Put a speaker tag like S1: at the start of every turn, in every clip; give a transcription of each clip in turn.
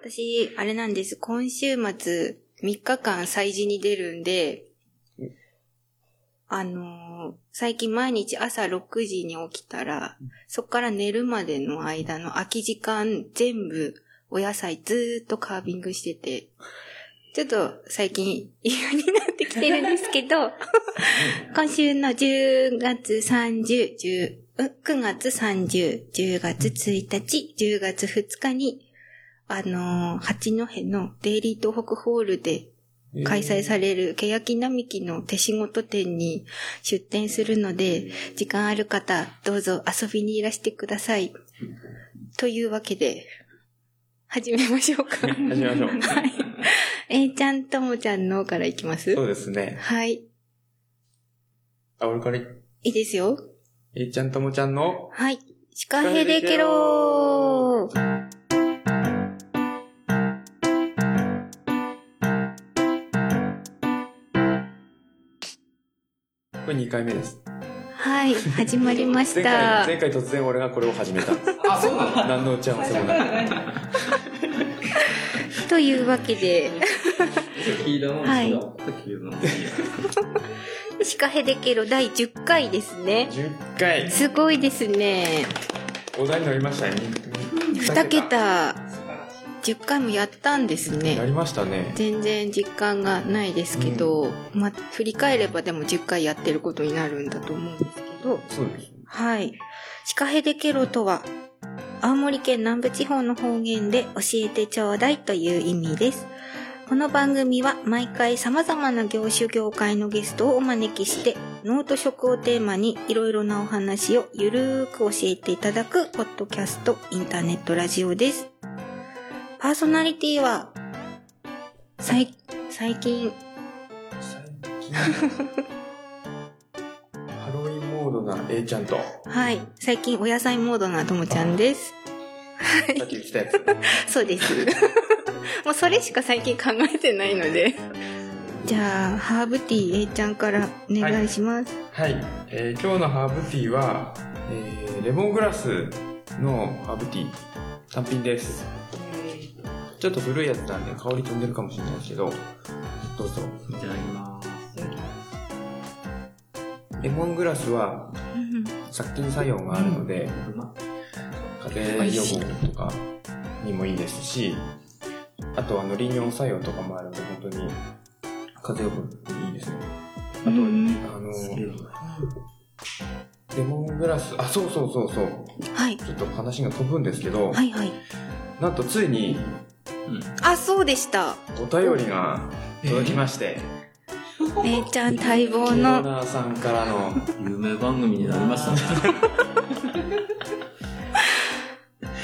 S1: 私、あれなんです。今週末、3日間催事に出るんで、あのー最近毎日朝6時に起きたら、そっから寝るまでの間の空き時間全部お野菜ずーっとカービングしてて、ちょっと最近嫌になってきてるんですけど、今週の10月30、10うん9月30、10月1日、10月2日に、あのー八戸のデイリー東北ホールで開催される欅並木の手仕事店に出店するので、時間ある方、どうぞ遊びにいらしてください。というわけで、始めましょうか。
S2: 始めましょう
S1: はい。えいちゃん、ともちゃんのからいきます
S2: そうですね。
S1: はい。い
S2: あ、俺からい、
S1: いですよ。
S2: えいちゃんともちゃんの、
S1: はい。鹿ヘデケロー
S2: これ2回目です。
S1: はい、始まりまし
S2: 前
S1: た
S2: 回、。前回突然俺がこれを 始めた。
S3: あ、そうなの
S2: 何の打ち合わせもない。
S1: というわけで、
S3: 聞いたもん、
S1: はい
S3: 聞いたもん聞いたもんいいや
S1: 鹿ヘデケロ第10回ですね。
S2: 10回、
S1: すごいですね。
S2: お題に乗りましたね。
S1: 2。桁、
S3: 素晴らしい
S1: 10回もやったんです
S2: や
S1: ね。
S2: りました ね。
S1: 全然実感がないですけど、ま、振り返ればでも10回やってることになるんだと思うんですけど、
S2: そうです。
S1: はい。シカヘデケロとは、青森県南部地方の方言で教えてちょうだいという意味です。この番組は毎回様々な業種業界のゲストをお招きして、脳と食をテーマにいろいろなお話をゆるーく教えていただくポッドキャスト、インターネットラジオです。パーソナリティは、最、最近、
S2: 最近ハロウィンモードなえいちゃんと、
S1: はい、最近お野菜モードなともちゃんです。
S2: さっき来たやつ。
S1: そうです。 もうそれしか最近考えてないので。 じゃあ、ハーブティー A ちゃんからお願いします。
S2: はい、えー今日のハーブティーは、えーレモングラスのハーブティー単品ですちょっと古いやつなんで香り飛んでるかもしれないですけどどうぞ
S3: いただきます。
S2: レモングラスは
S1: うん
S2: 殺菌作用があるので、
S3: うま
S2: 風邪予防とかにもいいですしあとあの利尿作用とかもあるので本当に風邪予防にいいですねあと、
S1: うん
S2: あの
S3: すげえう
S2: レモングラスあそうそうそうそう
S1: はい。
S2: ちょっと話が飛ぶんですけど、
S1: はいはい。
S2: なんとついに
S3: ん。
S1: あ、そうでした。
S2: お便りが届きまして、
S1: A ちゃん待
S2: オ
S1: 望
S2: ー
S1: の。
S2: ナーさんからの
S3: 有名番組になりましたね。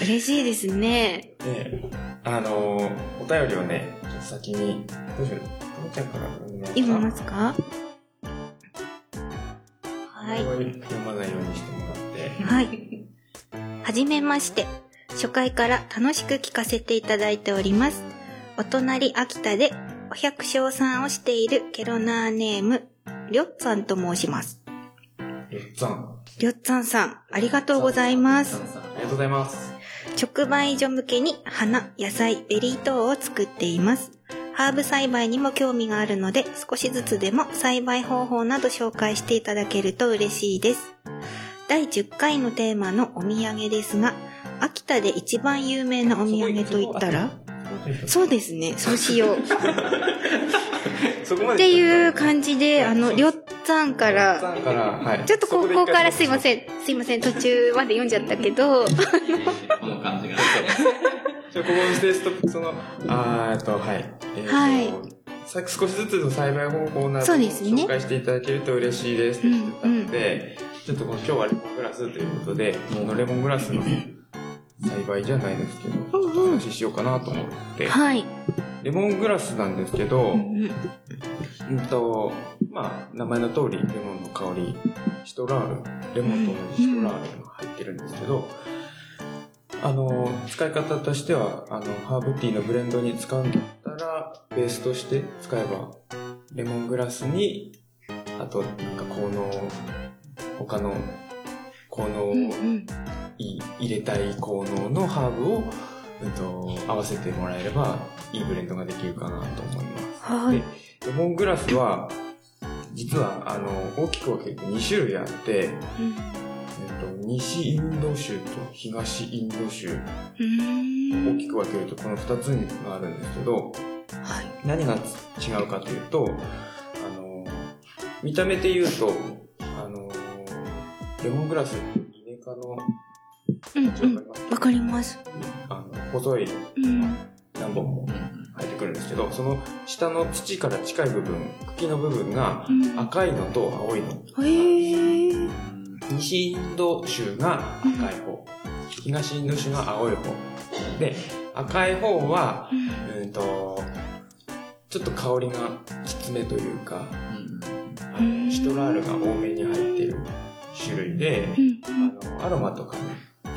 S1: 嬉しいですね。
S2: ねあのーお便りをねちょっと先にどうしようともちゃんから読んでみよ
S1: 今
S2: うかな
S1: ますかはい。
S2: 読まないようにしてもらって
S1: はい。はじめまして。初回から楽しく聞かせていただいております。お隣秋田でお百姓さんをしているケロナーネーム、りょっさんと申します。
S2: よっつぁん
S1: りょっさんさん、ありがとうございます。
S3: さんさん
S2: ありがとうございます
S1: 直売所向けに花、野菜、ベリー等を作っています。ハーブ栽培にも興味があるので、少しずつでも栽培方法など紹介していただけると嬉しいです。第10回のテーマのお土産ですが、秋田で一番有名なお土産と言ったらそうですね、 そうしよう。っ
S2: そこまで
S1: ていう
S2: じ
S1: 感じで、あの、りょっさんから、
S2: から、はい、
S1: ちょっとここからすいま
S2: ん
S1: せん、すいません、途中まで読んじゃったけど、
S3: この感じが。
S2: ここのステーストップそのあーえっとはい、えーと
S1: はい
S2: さ少しずつの栽培方法など
S1: そ
S2: を
S1: うですね
S2: 紹介していただけると嬉しいですって言ってた
S1: うんうん
S2: ので、ちょっとこの今日はレモングラスということで、このレモングラスの栽培じゃないですけど、
S1: うんうん
S2: お話ししようかなと思って、
S1: はい。
S2: レモングラスなんですけど、
S1: うんうん
S2: うんと、まあ、名前の通り、レモンの香り、シトラール、レモンと同じシトラールが入ってるんですけど、あの、使い方としては、あの、ハーブティーのブレンドに使うんだったら、ベースとして使えば、レモングラスに、あと、なんか効能、他の効能を
S1: うんうん
S2: い入れたい効能のハーブをうんと、合わせてもらえれば、いいブレンドができるかなと思います。
S1: はい
S2: で。、レモングラスは、実は、あの、大きく分けて2種類あって、
S1: うん
S2: えっと、西インド州と東インド州、
S1: うー
S2: 大
S1: ん。
S2: きく分けるとこの2つがあるんですけど、
S1: はい。
S2: 何が違うかというと、あの、見た目で言うと、あの、レモングラスってイネ科の、
S1: うんう
S2: わか
S1: ん。
S2: ります
S1: わかります。
S2: あの、細い
S1: うん。
S2: 何本も
S3: うん
S2: 生えてくるんですけど、その下の土から近い部分、茎の部分が
S1: うん
S2: 赤いのと青いの。
S1: へえ。
S2: 西インド州が赤い方、東インド州が青い方。で、赤い方は、うーんと、ちょっと香りがきつめというか、あ
S1: う
S2: の
S1: ん
S2: シトラールが多めに入ってる種類で、
S1: うん。
S2: あのアロマとかに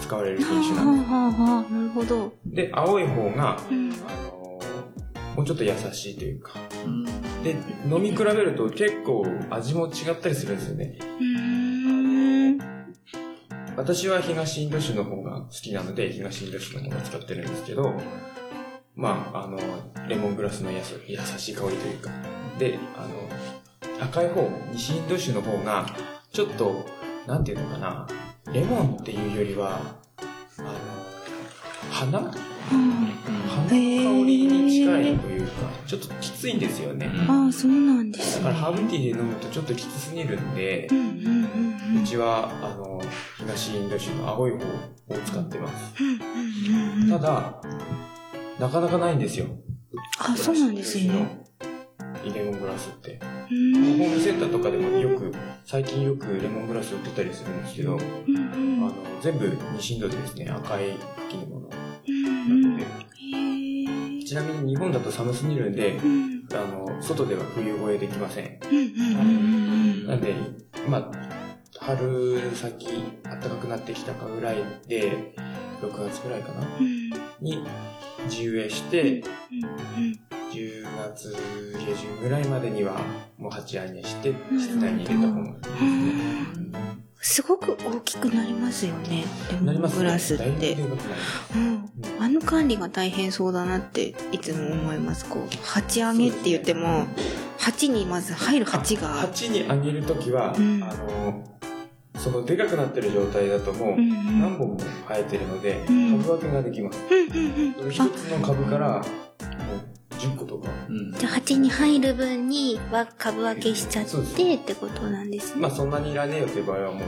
S2: 使われる
S1: はあ
S2: 品種なんで
S1: はあはあはあ。なるほど。
S2: す。で、青い
S1: う
S2: 方が、
S1: ん。
S2: あのもうちょっと優しいというか、
S3: うん
S2: で、飲み比べると結構味も違ったりするんですよね。
S1: うーん。
S2: 私は東インド州の方が好きなので、東インド州のものを使ってるんですけど、まあ、あの、レモングラスのやす優しい香りというか。で、あの、赤い方、西インド州の方が、ちょっと、なんていうのかな、レモンっていうよりは、あの、花花の
S3: うん
S2: 香りに近いというか、ちょっときついんですよね。
S1: ああ、そうなんです
S2: だ
S1: ね。
S2: からハーブティーで飲むとちょっときつすぎるんで
S1: う、んうんうんうん。
S2: うちは、あの、東インド州の青い方を使ってます。
S1: うんうんうんう
S2: た
S1: ん。
S2: だ、なかなかないんですよ。
S1: あ、そうなんですね。。
S2: レモングラスっ
S1: う
S2: て。ホ
S1: ん。
S2: ームセンターとかでもよく、最近よくレモングラス売ってたりするんですけど、
S1: う
S2: あ
S1: んうん
S2: の、全部西インドでですね、赤い茎のもの
S1: うん
S2: な
S1: うん
S2: ので、
S1: へえ。
S2: ちなみに日本だと寒すぎるんで
S1: う、ん
S2: あの、外では冬越えできません。
S1: うんうんうん
S2: なんで、まあ、春先、暖かくなってきたかぐらいで、6月ぐらいかな、
S1: うんうん
S2: に地植えして、
S1: うん
S2: 10月下旬ぐらいまでには、もう鉢穴にして、室内に入れた方が
S1: うんすごく大きくなりますよねレ
S2: なり
S1: モ
S2: ま
S1: ン
S2: す
S1: グラスっ
S2: だいぶ
S1: て、
S2: でかくなる
S1: うん、あの管理が大変そうだなっていつも思いますこう鉢上げって言っても鉢にまず入る鉢
S2: あ
S1: が
S2: 鉢にあげるときは、
S1: うん
S2: あの、そのでかくなってる状態だともう
S1: うんう、
S2: 何
S1: ん
S2: 本も生えてるので、
S1: うん
S2: 株分けができます。
S1: うんうんうん
S2: 一つの株から、もう10個とか。
S3: うん
S1: じゃあ鉢に入る分には株分けしちゃっ
S2: そうです
S1: てってことなんですね、
S2: まあそんなにいらねえよという場合はもう、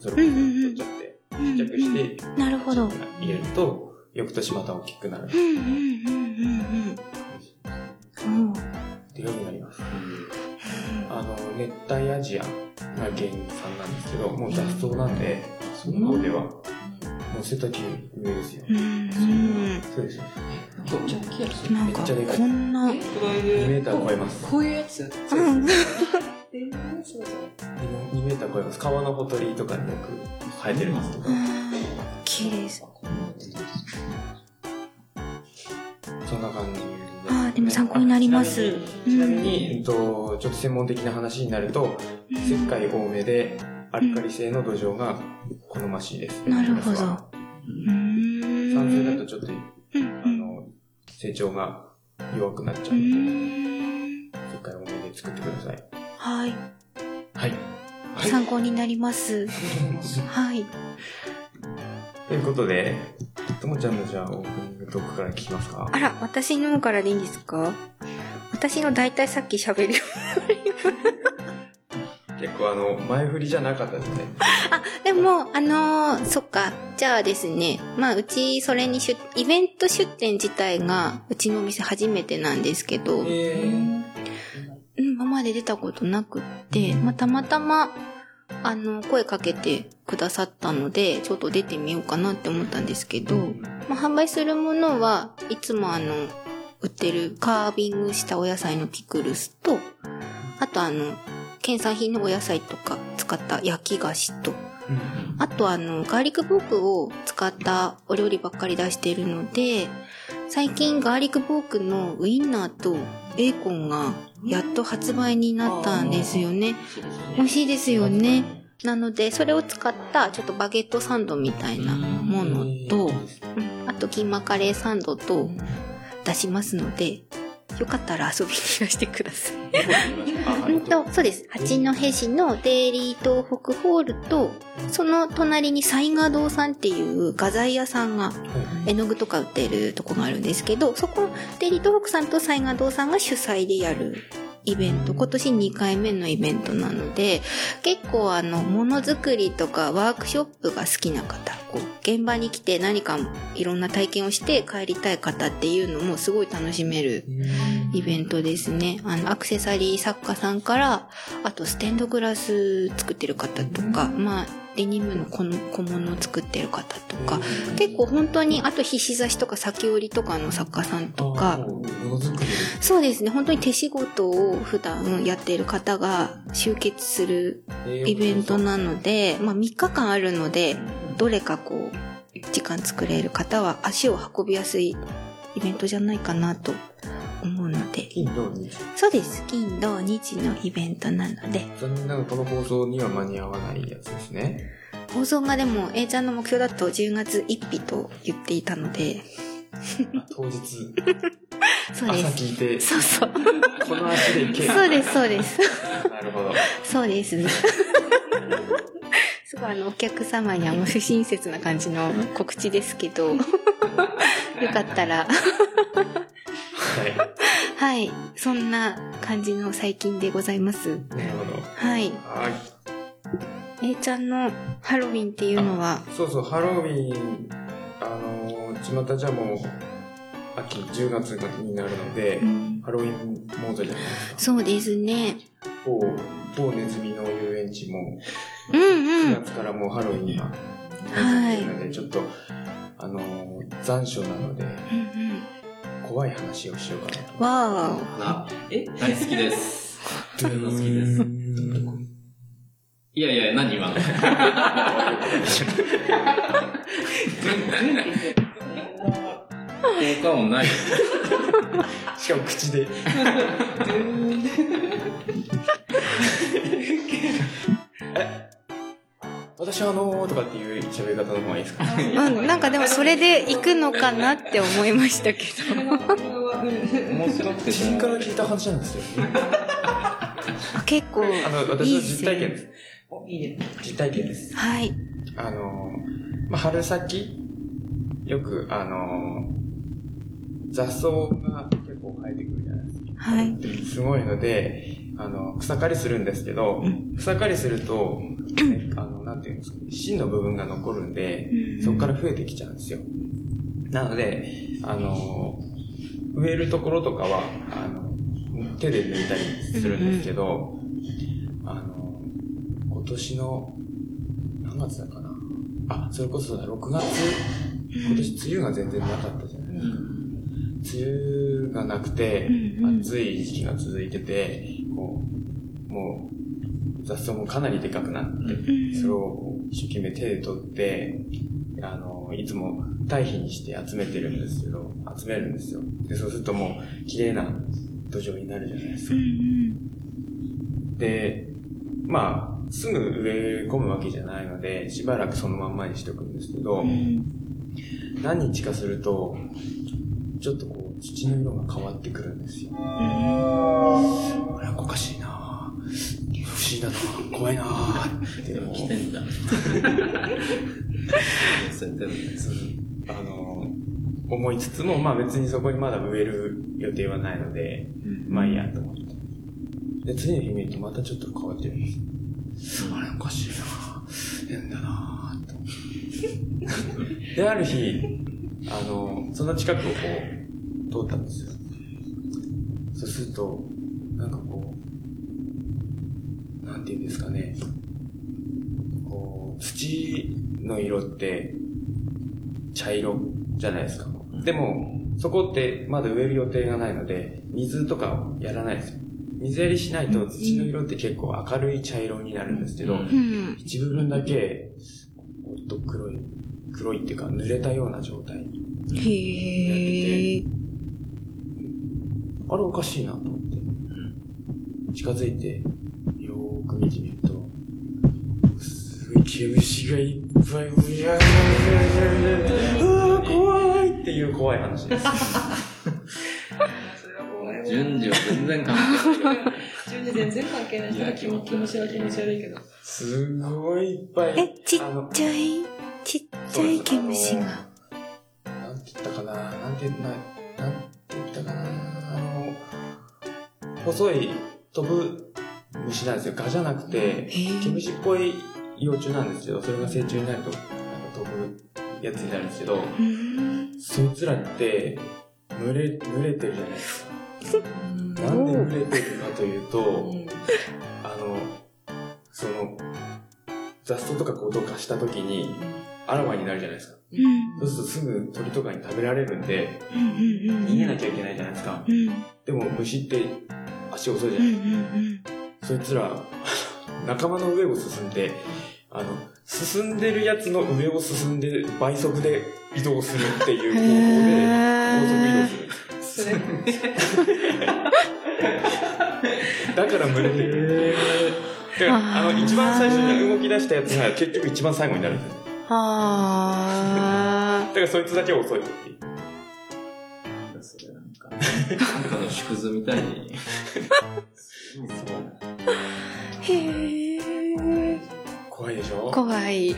S2: そそれ
S1: うんうんう
S2: を取
S1: ん
S2: っちゃって、
S1: うんうん
S2: ちっちゃくして、
S1: なるほど
S2: 入れると、翌年また大きくなる。
S1: うんうんうんうんうんうん
S2: で、よくなります。あの、熱帯アジアが原産なんですけど、もう雑草なんで、その方では、もう背丈上ですよ。
S1: うん
S2: そうですよ。
S4: ちっちゃいやつ
S1: なんかこんな
S2: 2メ
S4: え
S2: ーター超えます。
S4: こういうやつ
S1: うん
S4: えー、そうじゃない
S2: 2メーター超えます。川のほとりとかによく生えてるんですけど、
S1: 綺麗です
S4: こんなやつ
S2: そんな感じですね、
S1: あーでも参考になります
S2: ちなみに、えっと、ちょっと専門的な話になると、石灰多めで、アルカリ性の土壌が好ましいです。
S1: なるほど
S2: レモングラスは
S1: うーん
S2: 酸性だとちょっ
S1: う
S2: と、
S1: ん
S2: あの、成長が弱くなっちゃ
S1: う
S2: うので、
S1: ん
S2: 一回おめで作ってください。
S1: はい
S2: はい。
S1: 参考になりますはい
S2: ということで、ともちゃんのじゃあオープニングトークから聞きますか
S1: あら私の方からでいいんですか私の大体さっき喋るよ
S2: 結構あの、前振りじゃなかったですね。
S1: でもあのーそっかじゃあですねまあうちそれに出イベント出店自体がうちのお店初めてなんですけど、
S2: えー、
S1: うん今まで出たことなくって、まあ、たまたま、あの、声かけてくださったので、ちょっと出てみようかなって思ったんですけど、まあ、販売するものは、いつもあの、売ってるカービングしたお野菜のピクルスと、あとあの、県産品のお野菜とか使った焼き菓子と、あとあの、ガーリックボークを使ったお料理ばっかり出しているので、最近ガーリックボークのウインナーとベーコンがやっと発売になったんですよね。
S3: そうですね
S1: 美味しいですよね。なので、それを使ったちょっとバゲットサンドみたいなものと、うんあとキーマカレーサンドと出しますので、よかったら遊びにいらしてください。うんと、そうです。八戸市のデイリー東北ホールと、その隣にサイガ堂さんっていう画材屋さんが絵の具とか売ってるとこがあるんですけど、そこ、デイリー東北さんとサイガ堂さんが主催でやるイベント、今年2回目のイベントなので、結構あの、ものづくりとかワークショップが好きな方、こう、現場に来て何かいろんな体験をして帰りたい方っていうのもすごい楽しめるイベントですね。あの、アクセサリー作家さんから、あとステンドグラス作ってる方とか、まあ、デニムのこの小物作ってる方とか、結構本当に、あとひし刺しとか先折りとかの作家さんとか、
S2: ものづくり
S1: そうですね、本当に手仕事を普段やっている方が集結する
S2: で
S1: イベントなので、まあ3日間あるので、どれかこう、時間作れる方は足を運びやすいイベントじゃないかなと思うので、
S2: 金土日
S1: そうです。金、土、日のイベントなので、
S2: 残念ながらこの放送には間に合わないやつですね
S1: 放送がでも、A ちゃんの目標だと10月1日と言っていたので、
S2: あ当日
S1: そう
S2: 朝
S1: です。
S2: 聞いて
S1: そうそう。
S2: この足で行け
S1: そうです、そうです。
S2: なるほど
S1: そうです。すごいあの、お客様にあの、不親切な感じの告知ですけ ど、よかったら、
S2: はい
S1: はい、そんな感じの最近でございます。
S2: なるほど
S1: はい。
S2: はい
S1: A ちゃんのハロウィンっていうのは、
S2: そうそう、ハロウィン、あのー、巷じゃもう、秋、10月になるので、
S1: うん
S2: ハロウィンモードじゃないですか。
S1: そうですね。
S2: 某、某ネズミの遊園地も、
S1: うんう
S2: 4
S1: ん。
S2: 月からもうハロウィンが、
S1: はい
S2: なので、ちょっと、あのー、残暑なので、
S1: うんうん
S2: 怖い話をしようかなと。
S1: わ
S3: な大好きです。
S2: ド
S3: ゥーン好きですいやいや、何今の。効果音ない。
S2: しかも口で。え私はあのー、とかっていう喋り方の方がいいですか
S1: お。うん、なんかでもそれで行くのかなって思いましたけ ど。
S3: 面白くて。
S2: 自分から聞いた話なんですよ。
S1: あ結構。
S2: あの、私は実体験です。
S4: いいね。
S2: 実体験です。
S1: はい。
S2: あのー、まあ、春先、よく、あのー、雑草が結構生えてくるじゃないですか。
S1: はい。
S2: すごいので、あの、草刈りするんですけど、草刈りすると、あの、なんていうんですかね、芯の部分が残るんで、そこから増えてきちゃうんですよ。なので、あの、植えるところとかは、あの、手で抜いたりするんですけど、あの、今年の、何月だかな。あ、それこそだ、6月、今年梅雨が全然なかったじゃないですか。梅雨がなくて
S1: うんうん、
S2: 暑い時期が続いてて、こう、もう、雑草もかなりでかくなって
S1: うん
S2: それを一生懸命手で取って、あの、いつも堆肥にして集めてるんですけど、集めるんですよ。で、そうするともう、綺麗な土壌になるじゃないです
S1: う
S2: か。
S1: ん
S2: で、まあ、すぐ植え込むわけじゃないので、しばらくそのまんまにしておくんですけど、
S1: うん
S2: 何日かすると、ちょっとこう、土の色が変わってくるんですよ。あれおかしいなぁ不思議だなぁ怖いなぁって
S3: でも来てんだ。そうやってる
S2: そうあの、思いつつも、まあ別にそこにまだ植える予定はないので、まあいいやと思って。で、次の日見るとまたちょっと変わってるんです。あれおかしいなぁ変だなぁと思って。で、ある日、あの、その近くをこう、通ったんですよ。そうすると、なんかこう、なんていうんですかね、こう、土の色って、茶色じゃないですか。でも、そこってまだ植える予定がないので、水とかをやらないんですよ。水やりしないと土の色って結構明るい茶色になるんですけど、
S3: うん
S1: うん。
S2: 一部分だけ、おっと黒い、黒いっていうか濡れたような状態に
S1: へえ。
S2: あれおかしいなと思って。近づいて、よーく見てみると、すごい毛虫がいっぱい、うやーうやーうやーうやーうわー怖いっていう怖い話です。
S3: 順次は全然関係ない。
S4: 順次全然関係ない人が気持気持ち悪い気持ち悪いけど。
S2: すごいいっぱい。
S1: え、ちっ
S2: あの
S1: ちゃい、ちっちゃい毛虫が。。
S2: あのなんて言ったかななんて、な、なんて言ったかなあの、細い飛ぶ虫なんですよ。ガじゃなくて、
S1: へ
S2: 毛
S1: え。
S2: 虫っぽい幼虫なんですけど、それが成虫になると、なんか飛ぶやつになるんですけど、
S1: うん
S2: そいつらって、群れ、群れてるじゃないですか。なんで群れてるかというと、あの、その、雑草とかこうどかした時に、あらわになるじゃないですか。
S1: うん
S2: そうするとすぐ鳥とかに食べられるんで、
S1: うんうんうん
S2: 逃げなきゃいけないじゃないですか。
S1: うん
S2: でも虫って足遅いじゃ
S1: う
S2: ない
S1: ん
S2: ですか。
S1: うん
S2: そいつら、 仲間の上を進んで、あの、進んでるやつの上を進んで倍速で移動するっていうう行動で、高速移動
S1: ん。へ
S2: するんです。
S4: それ、
S2: だから群れてる。だから、あ
S1: あ
S2: の、
S1: ー
S2: 一番最初に動き出したやつが結局一番最後になるんですよ。
S1: ーあ
S2: だからそいつだけ遅いっていう。
S3: なんかそれなんか、なんかの縮図みたいに。
S1: ー。へえ。
S2: 怖いでしょ
S1: 怖い。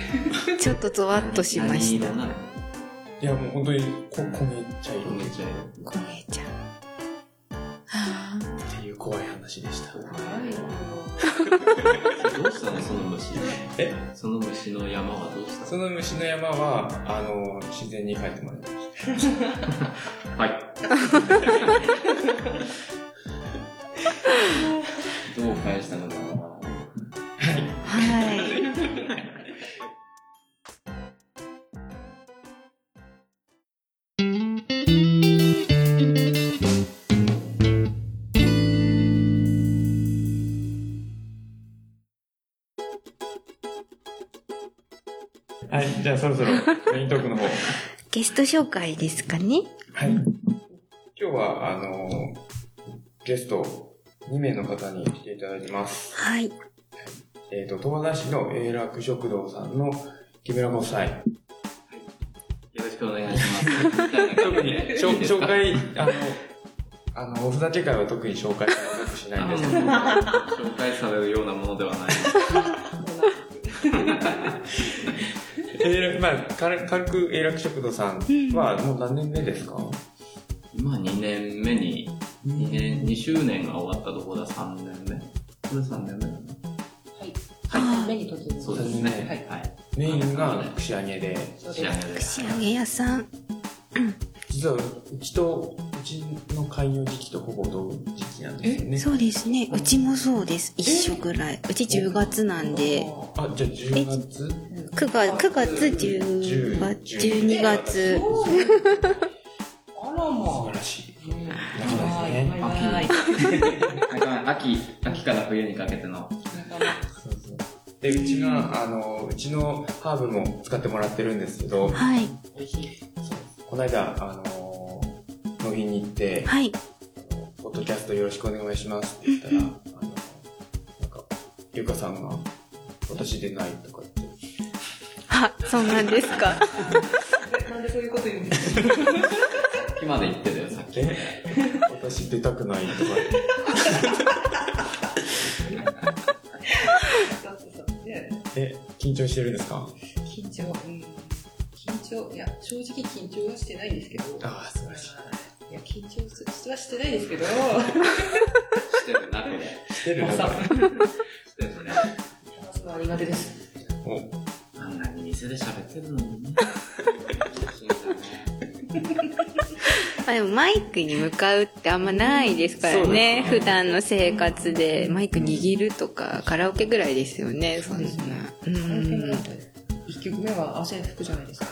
S1: ちょっとゾワッとしました。
S3: た。
S2: いや、もう本当に、こ、こねちゃい
S3: め
S2: っ
S3: ちゃ
S1: こねちゃん。あー
S2: ていう怖い話でした。
S3: どうしたのその虫。
S2: え
S3: その虫の山はどうした
S2: その虫の山は、あの、自然に帰ってもらいまし
S3: のはい。 どう返したのかな
S1: はい。
S2: た。はい、じゃあそろ そろ、メイントークの方。
S1: ゲスト紹介ですかね。
S2: はい。今日は、あの、ゲスト2名の方に来ていただきます。
S1: はい。
S2: えっ、と、十和田市の永楽食堂さんの木村ご夫妻。
S3: よろしくお願いします。
S2: 特に、 しょ紹介、あの、あの、おふざけ会は特に紹介は僕しないんですけど、
S3: 紹介されるようなものではない。
S2: 永楽まあ、軽軽く永楽食堂さんはもう何年目ですか、
S3: 今2年目に、2年、2周年が終わったところだ、3年目。これ3年目だね。
S1: あ
S4: 目に突入。
S3: そうですね。はい。
S2: メインが串揚げで、
S4: そう
S3: 仕
S4: で
S3: 上
S4: す。
S3: げです
S1: 串。揚げ屋さん。
S2: 実はうちと、うちの開業時期とほぼ同時期なんですよね。
S1: そうですね。うちもそうです。一緒ぐらい。うち10月なんで、
S2: あ、じゃあ10月
S1: 9月、9月、10月、12月。
S4: あら
S2: 素
S4: ま
S2: 晴。らしい。
S4: うん
S2: なかなかですね。
S4: はいはい
S3: なんか秋、秋から冬にかけての。
S2: そうそうで、うちが、あの、うちのハーブも使ってもらってるんですけど、
S1: はい。
S2: この間、あのー、納品に行って、
S1: はい。
S2: ポッドキャストよろしくお願いしますって言ったら、あの、なんか、ゆかさんが、私でないとか言って、
S1: あ、そうなんです か。
S4: なんでそういうこと言うんですか
S3: さっきまで言ってたよ、さっき。
S2: え私出たくないとか言って、
S4: だってさ、ね
S2: え、緊張してるんですか
S4: 緊張、うん緊張、いや、正直緊張はしてないんですけど。
S2: ああ、素晴らし
S4: いや、緊張すはしてないですけ ど、
S3: してるな、これ。
S2: い。してるな、こ
S3: してるね。
S4: 話すのは苦手です。
S2: れ。
S3: あんなに店で喋ってるのにね。
S1: あでもマイクに向かうってあんまないですから
S2: そう
S1: ね。
S2: ですね
S1: 普段の生活でマイク握るとか、カラオケぐらいですよね。そんな。
S4: う
S1: う
S4: ん
S1: ん。
S4: 一曲目は汗拭くじゃないですか。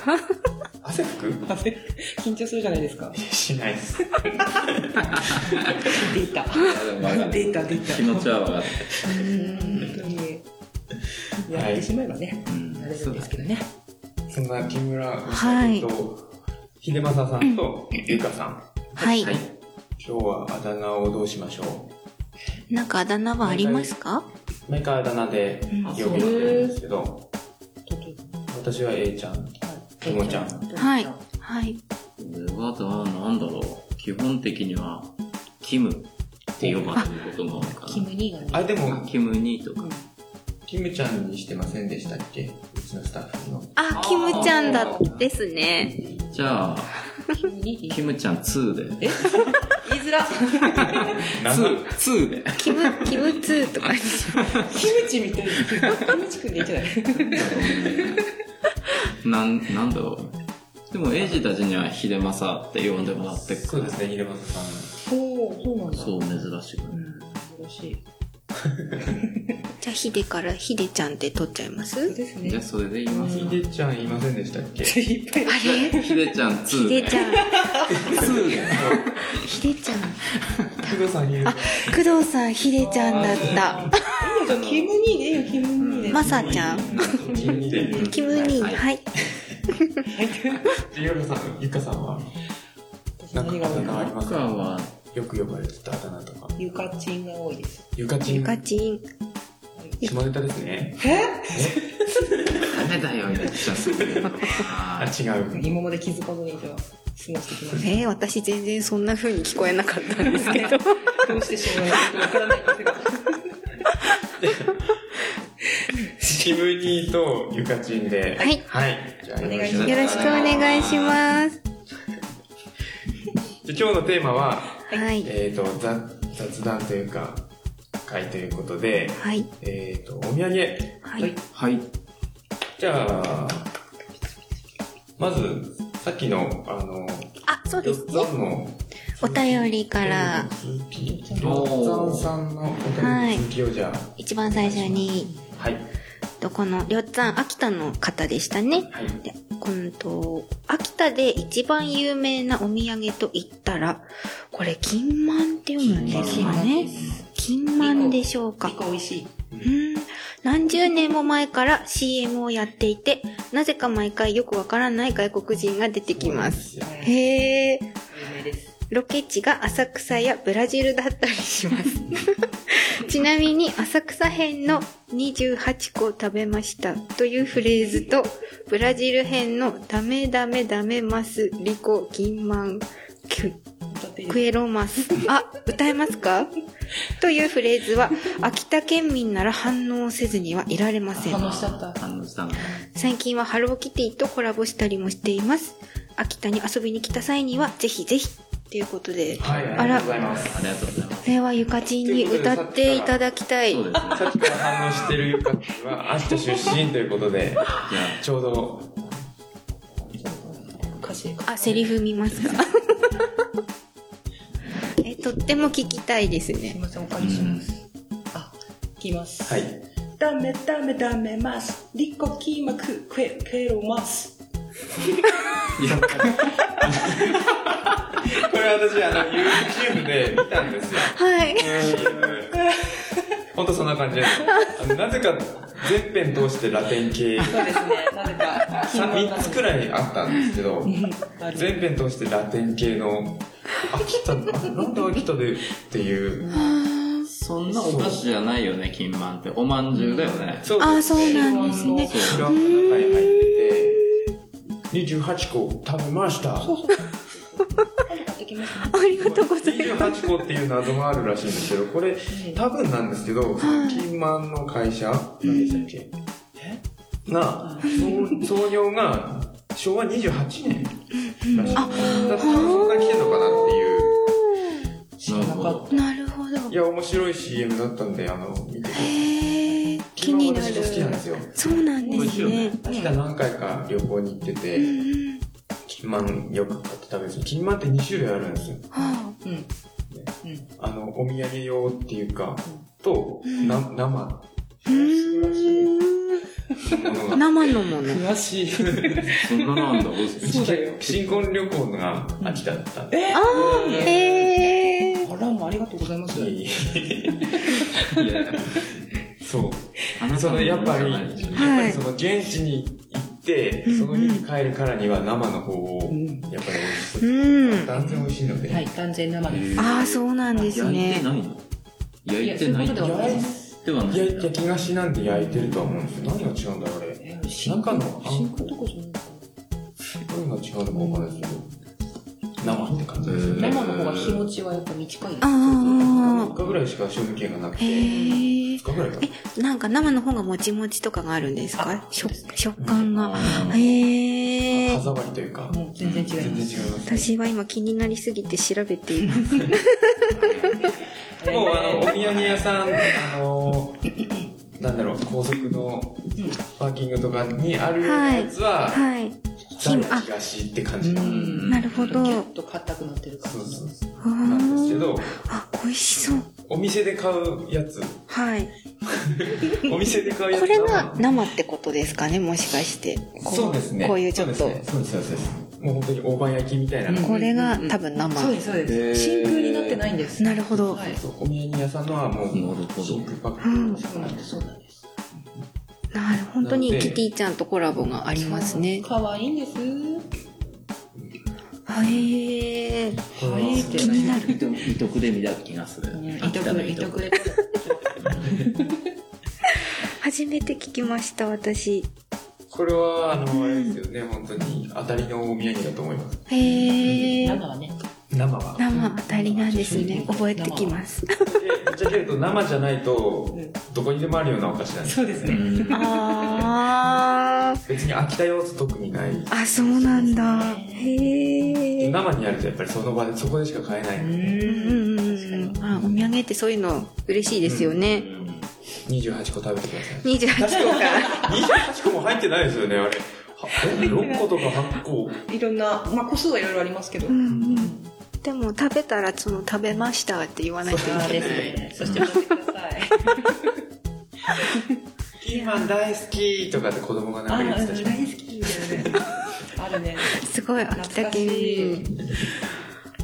S2: お汗拭く
S4: 汗緊張するじゃないですか。
S2: しないです。
S4: 出た。
S3: 出
S4: 出た出た
S3: 気持ちは分かる。
S4: 本当に。やってしまえばね、
S3: うん
S4: 慣れるんですけどね。
S2: そんな木村ご夫
S1: は
S2: 妻
S1: い
S2: と、秀正さんとゆかさん、
S1: はい
S3: は。い。
S2: 今日はあだ名をどうしましょ
S1: なんかあだ名はありますか
S2: う毎回あだ名で呼び合ってるんですけど、私は A ちゃん、ともちゃん、
S1: はい。はい。
S3: うんルバートは何だろう。基本的には、キムって呼ばれることが多いか
S4: キムニーが
S2: あ、
S4: ね。
S2: で
S3: な。
S2: も、
S3: キムニーとか。
S2: キムちゃんにしてませんでしたっけうちのスタッフの。
S1: あ、キムちゃんだですね。
S3: じゃあ、
S4: キムニーって
S3: キムちゃん2で。え
S4: 言いづら。
S2: 長
S3: ?2 で。
S1: キム、キム2とかに しよ
S4: キムチみたいな。キムチくんでいいんじゃない
S3: なん、なんだろう。でも、エイジたちには秀政って呼んでもらってっか
S2: そう
S3: ら
S2: ですね、入間さん。
S4: おお、そうなんだ。
S3: そう、珍しく。
S4: うん。恐ろしい。
S1: うじゃあ、ヒデからヒデちゃんって取っちゃいます
S4: です
S3: じゃ
S4: ね。
S3: あ、それで言います
S2: ひ
S3: か。
S2: でちゃんいませんでしたっけ
S4: いっぱい
S1: あ。れ
S3: ひでちゃん
S1: ヒ
S3: 2
S1: デ
S3: で。
S1: ちゃん、
S3: 2で。
S1: ヒデちゃん。
S2: 工藤さんいる。
S1: 工藤さん、ヒデちゃんだった。
S4: キムニーでいいよ、キムニーで。
S1: マサちゃん
S2: キムニー
S1: キムニー、
S3: はい
S1: はい。
S2: で、夜さん、ゆかさんは、なんか
S4: 何が多い
S2: あり
S4: の
S2: ます
S3: 僕
S2: か
S3: は、
S2: よく呼ばれてたあだ名とか。
S4: ゆかちんが多いです。
S2: ゆかち
S1: ゆ
S2: ん。
S1: かちん。
S2: 下ネタですね。
S4: え
S3: ダメだよ、やっちゃ
S2: あ、
S3: う。
S2: 違う。
S4: 今まで気づかずにじゃあ、過ごしてきまし
S1: えー、私全然そんな風に聞こえなかったんですけ ど。
S4: た。どうしてしまうのかわからないんですけど。
S2: キムニーとゆかちんで。
S1: はい
S2: はい。じゃあ、
S4: お願いします
S2: よろく
S1: よろしくお願いします。
S2: で今日のテーマは、
S1: はい。
S2: えっ、と雑、雑談というか、会ということで、
S1: はい。
S2: えっ、と、お土産。
S1: はい。
S3: はい。
S2: じゃあ、まず、さっきの、あの、
S1: あ、そうで
S2: よ
S1: す
S2: っ
S1: ね。
S2: ざんの、
S1: お便りから、
S2: 続き、よっ
S3: おー
S2: ざんさんのお便りの続きをじゃ
S1: 一番最初に、
S2: あ、はい。
S1: とこの、りょっつぁん、秋田の方でしたね。
S2: はい。
S1: で、このと、秋田で一番有名なお土産と言ったら、これ、金満って読むんですよね。金満でしょうか
S4: 結。構美味しい。
S1: うん何十年も前から CM をやっていて、なぜか毎回よくわからない外国人が出てきます。
S2: そうなんで
S1: へー。
S4: 有名です。
S1: ロケ地が浅草やブラジルだったりし ます。ちなみに浅草編の28個食べましたというフレーズと、ブラジル編のダメダメダメます、リコ、銀マン、キュ
S4: 歌っていい
S1: ク
S4: で
S1: エロマス。あ、歌えますかというフレーズは、秋田県民なら反応せずにはいられますせ
S4: か
S1: ん。
S4: 反応しちゃった。
S3: 反応したんだ。
S1: 最近はハローキティとコラボしたりもしています。秋田に遊びに来た際には、ぜひぜひ。ということで、
S2: すよはい、あり
S1: あ
S2: が
S1: ら
S2: とうございます。
S3: ありがとうございます。
S1: これはゆかちんに歌っていただきたい
S3: そう。ですね。
S2: さっきから反応してるゆかちんは、秋田出身ということで、
S3: じゃ
S2: ちょうど、
S4: 歌詞
S1: あ、セリフ見ますかえ、とっても聞きたいです
S4: すい
S1: ね。
S4: ません、お借りします。あ、いきます。
S2: はい。
S4: ダメダメダメます。リコキマククエクエロます。
S3: あ、いや、
S2: これ私、あの、YouTube で見たんですよ。
S1: はい。
S2: 本当そんな感じです。あのなぜか全編通してラテン系
S4: そうですね。なぜか。
S2: 3つく
S4: い。
S2: らいあったんですけど、
S4: ある
S2: 全編通してラテン系の秋田、なんで秋田でっていう。
S3: そんなお菓子じゃないよね、金満って。おまんじゅうだよね。
S2: そ
S1: あ、そう
S2: の
S1: なんですね。
S2: 中に入ってて、28個食べました。
S4: 買ってきましたね。
S1: ありがとうございます。
S2: 28個っていう謎もあるらしいんですけど、これ多分なんですけど、金満の会社、何でしたっけが、創創業が昭和28年らしい。だからそんな来てんのかなっていう。
S4: 知らなかっ
S1: なるほど。
S2: いや、面白い CM だったんで、あの、見てください。
S1: へー、気になる
S2: 金。満私好きなんですよ。
S1: そうなんですね。
S2: 秋田何回か旅行に行ってて、
S1: うんうん。
S2: 金満よく買って食べるんですよ金満って2種類あるんですよ。
S1: は
S4: た。うん。
S2: あの、お土産用っていうか、と、な生
S1: あ。うー
S2: のものが
S1: ん。生のもの。
S4: 詳しい。
S3: そんななんだ、おいしい
S4: そうだよ。
S2: 新婚旅行が秋田だったんで。
S4: え
S1: あー、へー。
S4: あらもありがとうございます。
S3: いや
S2: そう。
S3: あなた
S2: そのやっぱり、
S3: も
S2: や
S3: の
S2: っ
S3: じゃない
S2: ぱりその現地に行って、その日に帰るからには生の方を
S4: うん、
S2: やっぱり美味し
S1: う
S2: く、
S1: ん。
S2: 断然美味しいので。
S4: はい、完全生です。
S1: あー、そうなんです
S3: 焼いて
S1: ね。
S3: ないの焼いてない
S4: いやそういうことではない
S3: ではない
S2: いや、焼き菓子なんて焼いてるとは思うんですよ。何が違うんだろう、あれ。
S4: え
S2: 中のあんこ
S4: 新婚とかじゃないか
S2: 何が違うのかわかんないですけど。生って感じです
S3: へ
S2: ね。
S3: ー
S5: 生の方が日持ちはやっぱ短いです
S1: ああ
S2: 3日ぐらいしか賞味期限がなくて、2
S1: へえ
S2: 日ぐらいかな。
S1: なんか生の方がもちもちとかがあるんですか食食感がへえ
S2: 歯触りというか、
S5: もう全然違い
S2: 全然違い
S5: ます。
S2: ますね。
S1: 私は今気になりすぎて調べています
S2: もうあのお土産屋さん、あのなんだろう、高速のパーキングとかにあるやつは、
S1: はい
S2: ザ・東って感じ
S5: う
S2: の、
S5: ん
S1: なるほど
S5: ちょっと硬くなってる感
S2: そう
S5: じ
S2: そ
S5: の
S2: うそう
S1: あー
S2: なんですけど、
S1: あ美味しそう
S2: お店で買うやつ、
S1: はい
S2: お店で買うやつ
S1: これが生ってことですかねもしかしてこ
S2: そうですね。
S1: こういうちょっ
S2: そう
S1: と
S2: ですね、そうですそうですもう本当に大判焼きみたいな、
S5: うん
S1: これが
S5: うん
S1: 多分
S5: そう
S1: 生
S5: です、そう
S2: へ
S5: で
S2: ー
S5: す。真空になってないんです。
S1: なるほど
S5: はい。
S2: そうお土産屋さんのはもう、
S3: るほ
S2: シンクパック、
S1: うん
S5: うんそうなんです。
S1: なる本当に
S2: なので
S1: キティちゃんとコラボがありますね
S5: 可愛いんです。
S1: へえ
S5: 可愛いって
S1: 気になる
S3: 見と見とくで見た気がする。
S5: ね
S3: 秋田の
S5: いとく
S3: い
S5: い
S3: とく
S5: とく
S1: 初めて聞きました私
S2: これは、あの、あれですよね、本当に当たりのお土産だと思います。
S1: へえ
S5: 生はね、
S2: 生は。
S1: 生当たりなんですね覚えてきます
S2: でぶっちゃけると生じゃないと
S5: うん
S2: どこにでもあるようなお菓子なんです
S5: そうです
S3: う
S5: ね。
S3: ん
S1: あー
S2: 別に飽きた要素特にない
S1: あそうなんだへえ
S2: 生にあるとやっぱりその場でそこでしか買えな
S5: う
S2: い
S1: うんうんうんう
S5: ん。
S1: んあお土産ってそういうの嬉しいですよね
S2: 28個食べてください
S1: 28個か
S2: 28個も入ってないですよねあれはえ6個とか8個
S5: いろんな、まあ個数はいろいろありますけど
S1: う。んうんでも食べたらその食べましたって言わないといけ
S5: あ
S1: な
S5: あ
S1: い
S5: ですね。そして持ってください。
S2: ピーマン大好きとかって子供がなんか言ってたじゃん
S5: 好きあるね。
S1: すごい秋田県民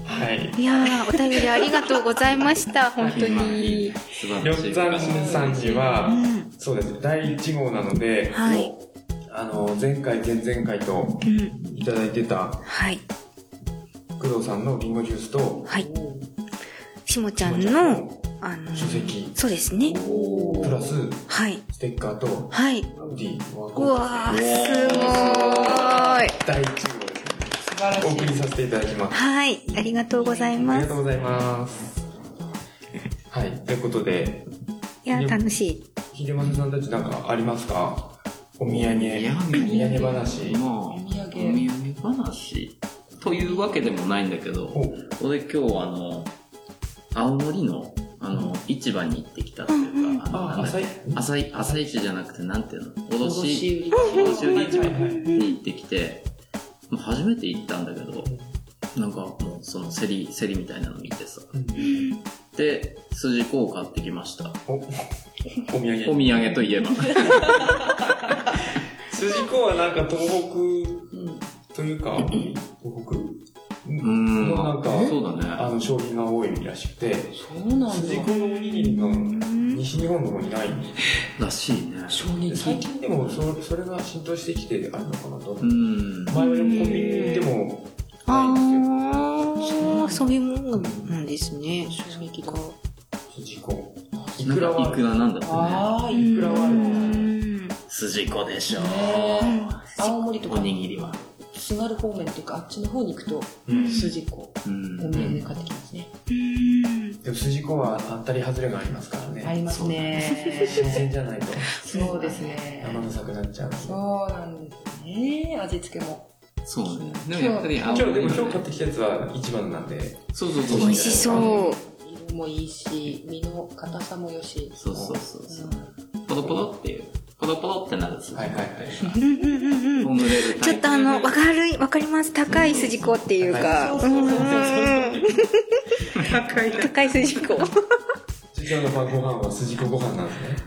S2: はい
S1: いやーお便りありがとうございました本当に
S3: 素晴
S2: 四
S3: らしい
S2: 山さんにはそうですね第1号なので
S1: はい
S2: あの前回前々回と
S1: うん
S2: いただいてた
S1: はい
S2: 工藤さんのリンゴジュースと
S1: はいしもちゃん
S2: しもちゃん
S1: の
S2: の
S1: あの
S2: 書籍
S1: そうですね
S5: お
S2: プラス
S1: はい
S2: ステッカーと
S1: はい
S2: アウディワー
S1: う
S2: ク
S1: わーすごーい
S2: 第1号ですね
S5: 素晴ら
S2: お
S5: し
S2: 送
S5: い
S2: り。させていただきます。
S1: はいありがとうござい
S2: あり
S1: ま
S2: が
S1: す
S2: とうございます。はい、ということで、
S1: いや楽しい
S2: 秀正さんたちなんかありますかお土産。
S3: お
S2: お土産話。
S3: まあ、お土産話というわけでもないんだけど、
S2: お
S3: 俺今日あの、青森の、あの、市場に行ってきたっていうか、あの
S2: あ、
S3: なんだっ
S2: 浅
S3: け
S2: い。
S3: 朝い朝市じゃなくてなんていうの
S5: お
S3: 卸し
S5: 年売り。
S3: 卸売市場
S2: はいはいはい
S3: に行ってきて、まあ初めて行ったんだけどなんかもうその競り競りみたいなの見てさで筋子を買ってきました
S2: お、お土
S3: お
S2: 産。
S3: 土産といえば
S2: 筋子はなんか東
S5: うん。
S2: 北というか、東北
S3: うーん
S2: のなんか、
S3: そう
S2: あ
S3: だね
S2: の、商品が多いらしくて、
S5: そうなん
S2: 筋
S5: だ。
S2: 子のおにぎりが西日本の方にない。
S3: らしいね
S5: 衝撃
S2: 最。近でもそ、それが浸透してきてあるのかなと。
S3: うーん
S2: 前はコンビニに行っても
S1: あ
S2: ないんです
S1: ーそういうもんなんですね
S5: 衝撃だ。
S2: けど、筋子。い
S3: なん
S2: くら
S3: か
S2: はい
S3: くらなんだってね
S5: ああ、
S1: うん
S5: いくらはあるね。
S3: 筋子でしょ
S5: ね青森と
S3: お
S5: か、
S3: にぎりは
S5: 津軽方面というか、あっちの方に行くと、
S2: うん
S5: 筋子、
S3: う
S5: お
S3: ん
S5: 土産で買ってきますね。
S1: うん
S2: でも筋子は当たり外れがありますからね。
S5: ありますね。
S2: 新鮮じゃないと
S5: そうですね。
S2: 生臭くなっちゃう。
S5: そうなんですね。味付けも。
S3: そうねでもやっぱり
S2: 今
S3: 青
S2: 日でも
S3: 森
S2: 今
S3: の
S2: 日買ってきたやつは一番なんで。
S3: そうそうそう
S1: 美味しそう
S5: 色もいいし、身の硬さも良し。。
S3: そうそうそうそううんポロポロっていうポロポロってなる筋子
S2: はいはいはい
S1: うんうんうんうん
S3: ほぐれる
S1: ちょっ
S3: タイプ
S1: とあのわかるわかります高い筋子っていうか
S5: そうそうそうそう
S1: 高い高い筋子
S2: 今日の晩ご飯は筋子ご飯なんですね。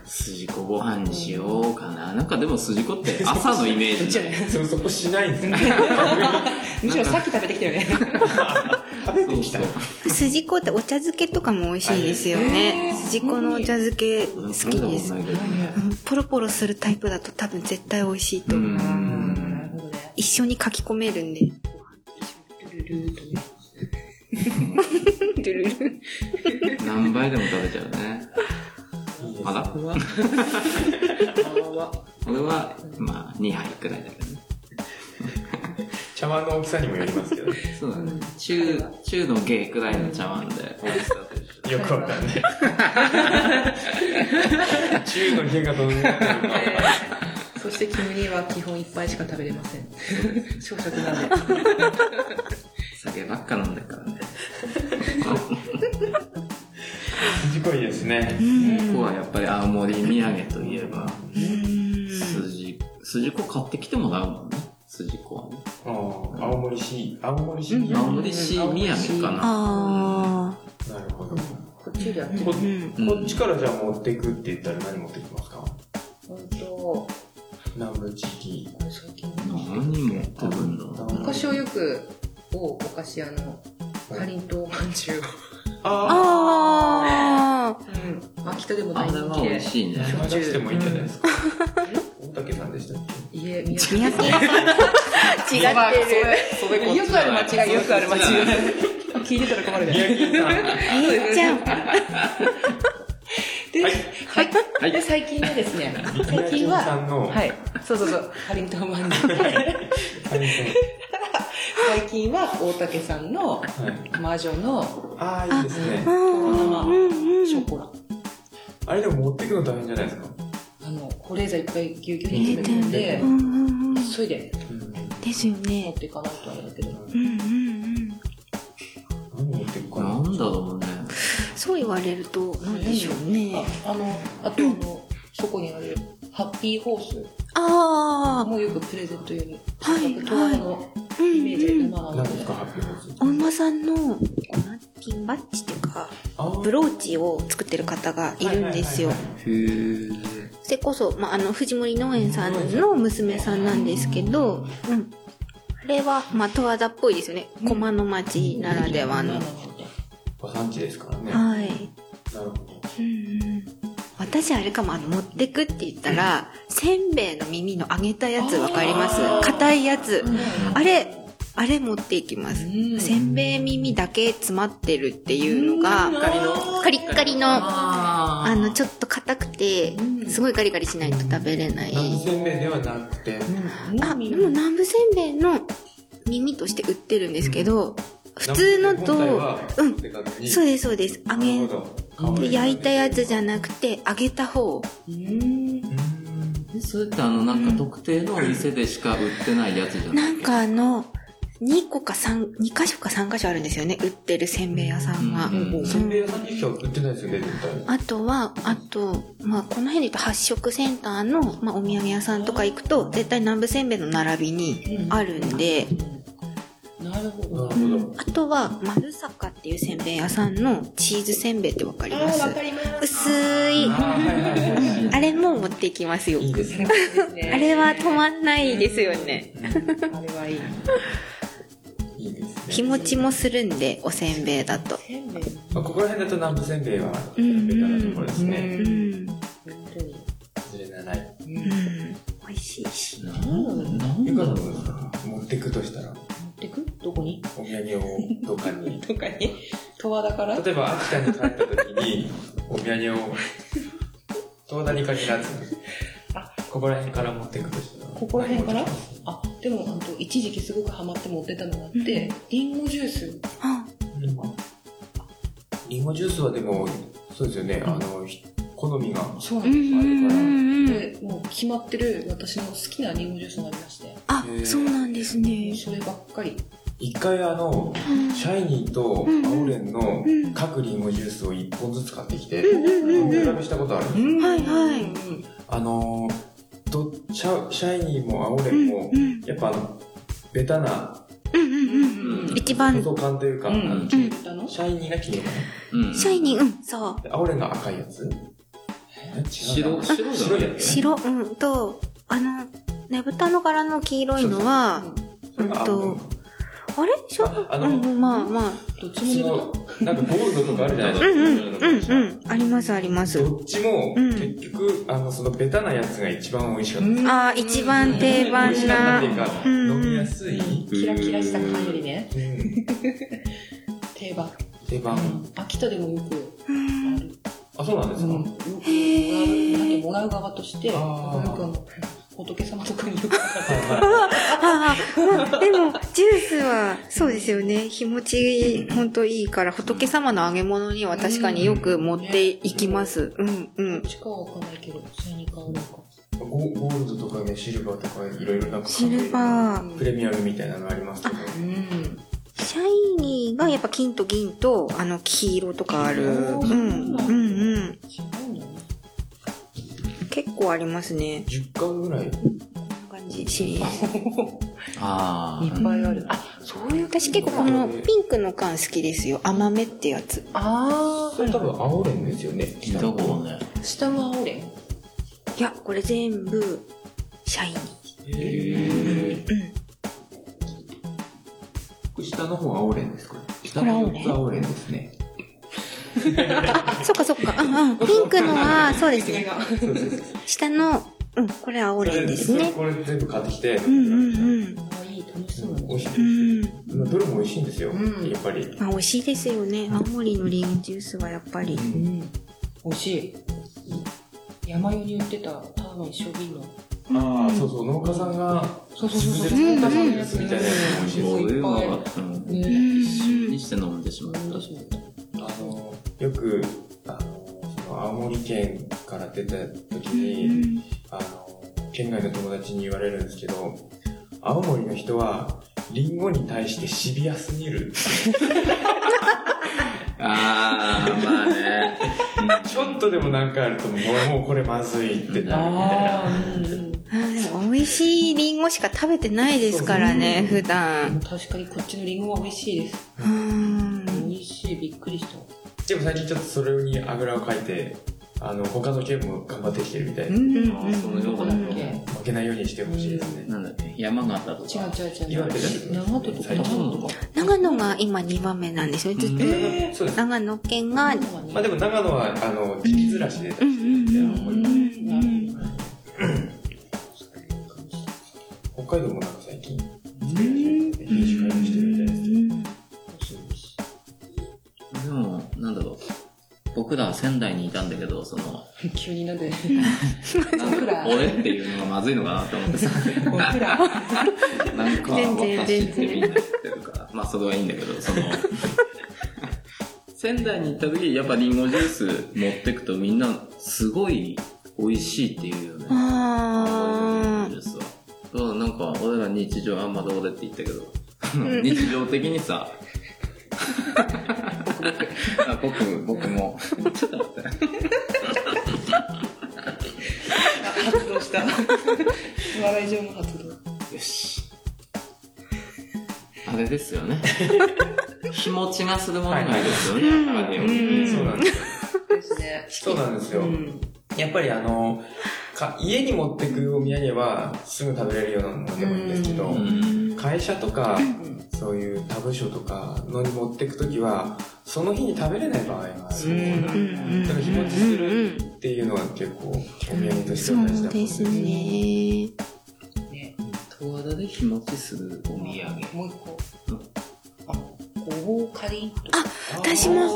S3: 筋子ご飯にしようかななんかでも筋子って朝のイメージない
S2: それそこしないんですね。
S5: むしろさっき食べてきたよね。
S2: 食べてきた。
S3: そう
S1: 筋子ってお茶漬けとかも美味しいですよね筋子のお茶漬け好
S3: そう
S1: きです
S3: 食べたことないけど
S1: うんポロポロするタイプだと多分絶対美味しいと
S3: う
S1: 思う、
S5: なる
S3: ん
S5: ほどね。
S1: 一緒に書き込めるんで
S5: ルルルーとね。
S1: ルルル
S3: 何倍でも食べちゃうね
S2: いいです
S3: まだ
S5: あわわ
S3: 俺はまあ2杯くらいだけどね
S2: ち茶碗の大きさにもよりますけど、ね、
S3: そうだね。中、中の芸くらいの茶碗で、大きさだったでしょ
S2: よくわかんない。中の家がどんな
S5: そしてキムニは基本一杯しか食べれません。小食なんで。
S3: 酒ばっか飲んでるからね。
S2: すごいですね。
S3: ここはやっぱり青森土産といえば、
S1: うん
S3: 筋、筋子買ってきてもらうもんね。筋子はね。
S2: ああ青森市、青森市、
S1: うん
S3: 青森市土産かな。
S1: あ
S2: なるほど。
S5: こっちでやってる。
S2: こ
S1: あ。うん。
S3: うん
S2: こっちからじゃあ持っていくって言ったら何持ってきますか
S5: ほんと、
S2: 南部地域。
S5: 最近
S3: 何持ってくんだろうね
S5: 昔はよく、おお菓子屋の、かりんとうまんじゅう。
S2: あ
S1: あ
S5: うん。秋田でも
S3: あ
S5: 大
S3: れ
S5: 人
S3: は
S5: 気
S3: 美
S5: で
S3: 味。しいね
S2: あ。山崎でもいいんじゃない ですか。大竹さんでしたっけ
S5: いえ、宮
S1: あ。宮 崎屋さんと違ってる。
S3: それ
S5: よくある間違い、よくある間違い。聞いてたら困るね。
S2: 宮城さん。
S1: えいちゃん。
S5: で、
S2: はい
S5: はい。
S3: はい
S5: で、最近はですね、最近
S2: 宮城さ
S5: は、
S2: んの、
S5: はい。そうそうそう、かりんとうまんじゅう。
S2: あれですね
S5: 最近は大竹さんの
S2: はい
S5: 魔女の
S2: ああ、いいですね。
S1: うんうん
S5: ショコラ。
S2: あれでも持っていくの大変じゃないですか。
S5: あの、保冷剤いっぱいぎゅうぎゅうに詰めて
S1: う
S5: る
S1: ん
S5: ん
S1: うんうん
S5: で、急いで
S1: ですよ
S5: 持っ
S1: ね。
S5: ていかないとあれだけど。
S1: うんうんうん。
S2: 何持っていくか
S3: な
S2: な。
S3: んだろうね。
S1: そう言われると、なんでしょう
S5: あ
S1: ね。
S5: あの、あとあの、そこにある、ハッピーホース
S1: ああ。
S5: もよくプレゼント用に。
S1: はい
S5: なんか東亜の
S1: う
S5: イメージが
S1: んうん。
S5: 今なの
S2: 何
S5: で
S2: ですか、。発表物。
S1: お馬さんの、こうなピンバッジっていうか、
S2: あー
S1: ブローチを作ってる方がいるんですよ
S2: はい。はいはい
S3: へー。
S1: それこそ、まあ、あの、藤森農園さんの娘さんなんですけど、うん。あれは、まあ、十和田っぽいですよね。駒の町ならではの。
S2: はいご産地ですからね。な
S1: はい。
S2: るほど。
S1: うんうん私あれかも、あの、持ってくって言ったら、せんべいの耳の揚げたやつわかります硬いやつ。あれ、あれ持っていきます。
S5: うん
S1: せんべい耳だけ詰まってるっていうのが、カリッカリの、
S3: あ
S1: あの、ちょっと硬くて、
S5: ん
S1: すごいガリガリしないと食べれない。
S2: 南部せんべいではなくて、
S1: あ、でも南部せんべいの耳として売ってるんですけど、普通のと、う
S2: うん
S1: ん、そうです、そうです。揚げ、で焼いたやつじゃ
S2: い。
S1: なくて、揚げた方。
S5: うん。
S2: うん
S3: えそれってあの、なんか特定のお店でしか売ってないやつじゃない
S1: なんかあの、2個か3、2箇所か3箇所あるんですよね、売ってるせんべい屋さんが。
S3: うん
S2: せんべい屋さんにしか売ってないですよね、絶対。
S1: あとは、あと、まあ、この辺で言うと発色センターの、まあ、お土産屋さんとか行くと、絶対南部せんべいの並びにあるんで、
S5: なるほど
S2: な。るほど。
S1: あとは、丸坂っていうせんべい屋さんのチーズせんべいってわかります
S5: りま
S1: 薄い。
S2: あーはいはいはいは
S1: あれも持っていきますよ
S2: い。い。いですね。
S1: あれは止まんないですよね。
S5: あれ はいい。
S2: いいですね。
S1: 日持ちもするんで、おせんべいだと。
S5: せんべい。
S2: まあここら辺だと南部せんべいは、
S1: うんうん
S2: ベタなところです
S1: う
S2: ね。
S1: ん。
S5: 本当に。
S2: ずれがない。
S5: う。
S1: うんん。美味しいし。
S3: なんなん
S2: ゆか
S3: だ
S2: さん
S3: ろ
S2: ど
S3: う
S2: うですか持ってくとしたら、
S5: 持ってくどこに
S2: お土産をどっかに。
S5: とかに十和田から
S2: 例えば秋田に帰った時にお土産を 東大に限らずここら辺から持っていくとしたら
S5: ここら辺から
S2: あ
S5: あでもあと一時期すごくハマって持ってたのがあって、りんごジュース
S1: あ、
S2: リンゴジュースはでもそうですよねあのひ好みが
S5: そうな
S1: うんんうんうん
S5: です、
S1: うん。
S5: でもう決まってる私の好きなりんごジュースがありまして
S1: あ
S2: へ、ー
S1: そうなんですね。
S5: そればっかり
S2: 一回あの
S1: うん
S2: シャイニーと
S1: うん
S2: アオレンの
S1: うん
S2: 各リンゴジュースを1本ずつ買ってきて
S1: うんうんうんうん
S2: 食べ比べしたことある
S1: はいはい
S5: うん
S2: あのどシャシャイニーもアオレ
S1: うん
S2: ン
S1: う
S2: も
S1: ん
S2: やっぱあのベタな
S1: うんうんうん。
S5: うん
S1: 一番、
S2: 細感というか、
S5: うん
S2: あの
S5: 聞いてたの
S2: シャイニーが黄色かな
S3: うん
S1: シャイニー、うん、そう。
S2: で青レンが赤いやつ
S3: 白、
S2: 白
S3: 白じゃ
S2: 白
S3: ないい
S2: やつ
S1: 白、うん、と、あの、ねぶたの柄の黄色いのは、
S2: それが青レン
S1: あれしょ
S2: ああ
S1: う
S2: の
S1: ん、まあまあ。
S5: どっちも
S2: そのな
S5: ねぶた
S2: んかゴールドとかあるじゃない
S1: うんうん
S2: です
S1: う
S2: か
S1: んうん。ありますあります。
S2: どっちも
S1: うん
S2: 結局あのそのベタなやつが一番美味しかった
S5: うん
S1: あー一番定
S2: 美
S1: 番
S2: 味しかった
S1: な
S2: っていう。か
S1: うん
S2: 飲みやすい
S5: キラキラした感よりね
S2: うん
S5: 定番
S2: 定番
S5: 秋田でもよく
S1: うん
S5: ある
S2: あそうなんですか
S5: うんよくもらう
S1: へー
S5: もらう側として
S2: あー
S5: よくあの仏様とかによくある
S1: ああ、まあでも、ジュースは、そうですよね。日持ち、ほんといいから、仏様の揚げ物には確かによく持っていきます。うん、うん。
S5: しかはわかんないけど、それに買うなんか。
S2: ゴゴールドとかね、シルバーとかいろいろなんか
S1: シルバー。
S2: プレミアムみたいなのありますけど。
S5: うん。
S1: シャイニーがやっぱ金と銀と、あの、黄色とかある。うん、うん、うん。
S5: 違うんだね。
S1: 結構ありますね。
S2: 10巻ぐらい。
S1: こんな感じ。シリーズ
S3: あ
S5: い
S3: あ
S5: っぱいある。
S1: うん
S5: あ、そういう
S1: 私結構このピンクの缶好きですよ。甘めってやつ。
S5: あ
S2: それ多分青レンですよね。
S3: 聞いたことない
S5: あ、下は青レン。
S1: いや、これ全部、シャイニ
S2: へえ。
S1: ー。うん。
S2: 下の方青レンですか下
S1: の
S2: の
S1: 四つ
S2: 方青レンで すね。
S1: そっかそっか。うんうん。ピンクのは、そうですね。
S2: そうそうそう
S1: 下の、うん、これはオレンですね。
S2: これ全部買ってきて。
S1: うんうんうん。
S5: ああ、いい、楽しそうだ
S2: 美
S5: ね。
S2: 味しい。
S1: うん。
S2: まあどれも美味しいんですよ。
S5: うん
S2: やっぱり。
S1: まあ、美味しいですよね。青森のリンゴジュースはやっぱり。
S5: うん。美味しい。山用に売ってたターバン一生瓶の。
S2: ああ、そうそう、農家さんが
S5: そうそうそう
S2: 自
S5: そう。
S2: 分で作っ
S1: うん
S2: た
S1: うん
S2: やつみたいなやつも美味しい
S3: そ
S2: で
S3: う
S2: す。
S3: いうのがあったの
S5: ね
S1: う
S5: ね
S3: 一緒
S1: ん
S3: にして飲んでしまった
S2: あのよくあのその青森県から出た時に、あの県外の友達に言われるんですけど青森の人はリンゴに対してシビアすぎる
S3: ああまあね
S2: ちょっとでもなんかあるともうもうこれまずいってなるみたいな
S5: ああ、うん
S1: あ
S5: うん。
S1: ーでも美味しいリンゴしか食べてないですからね、普段。
S5: 確かにこっちのリンゴは美味しいです。
S1: うん。
S5: 美味しい、びっくりした。
S2: でも最近ちょっとそれにあぐらをかいてあの他の県も頑張ってきてるみたいで、
S1: うんうん
S3: あーその
S5: ど
S3: よ
S5: こ
S3: う
S5: だ
S3: だ
S5: っ
S3: ろう
S5: け
S3: ね
S2: 負けないようにしてほしいですね、
S3: なんだっけ山形と
S5: 違
S3: か
S5: う違う違う。
S2: 岩手だ
S5: 長門とか
S2: 最
S5: 長
S2: 近
S5: 門
S3: 長
S5: と
S3: 野
S5: か。
S3: とか
S1: 長野が今2番目なんですよね、ずっと。
S2: えそうです
S1: 長野県が、うん
S2: まあでも長野はあの地域ずらしで出して
S1: うん
S2: るんで、
S1: うんうんう。
S5: なんるほど
S2: 北海道もなんか最近作り始めて品種改良してるみたいですけど
S3: でもなんだろう僕らは仙台にいたんだけどその
S5: 急になんで。僕ら。
S3: 俺っていうのがまずいのかなと思ってさ
S5: 僕ら。
S3: なんか
S1: 全然
S3: 私ってみんな知ってるからまあそれはいいんだけどその仙台に行った時やっぱりんごジュース持ってくとみんなすごい美味しいって言うよね
S1: あ
S3: ジュースはだからなんか俺ら日常あんまどうでって言ったけど
S1: ん
S3: 日常的 にさあ僕僕もちょっと待って
S5: 発動した。笑い上も発動。
S3: よし。あれで すよね。日持ちがするものないですよね。
S1: はい
S3: あれ
S1: うん
S2: そうなんですよ
S5: ですね。
S2: そうなんです
S5: う
S2: よ、
S5: ん。
S2: やっぱりあのか家に持ってくお土産はすぐ食べれるようなのでもいいんですけど、
S3: う
S1: ー
S3: ん
S2: 会社とかそういう他部署とかのに持ってく時はその日に食べれない場合がある、
S5: うん
S2: だから日持ちするっていうのは結構お土産として
S1: そ
S2: は大事だ
S1: う
S2: と思う
S1: で
S2: ん
S1: すね。
S5: ね、
S3: 十和田で日持ちするお土産。
S5: もう一個
S3: うん。
S5: あの、ごぼうかりんとか。
S1: 私も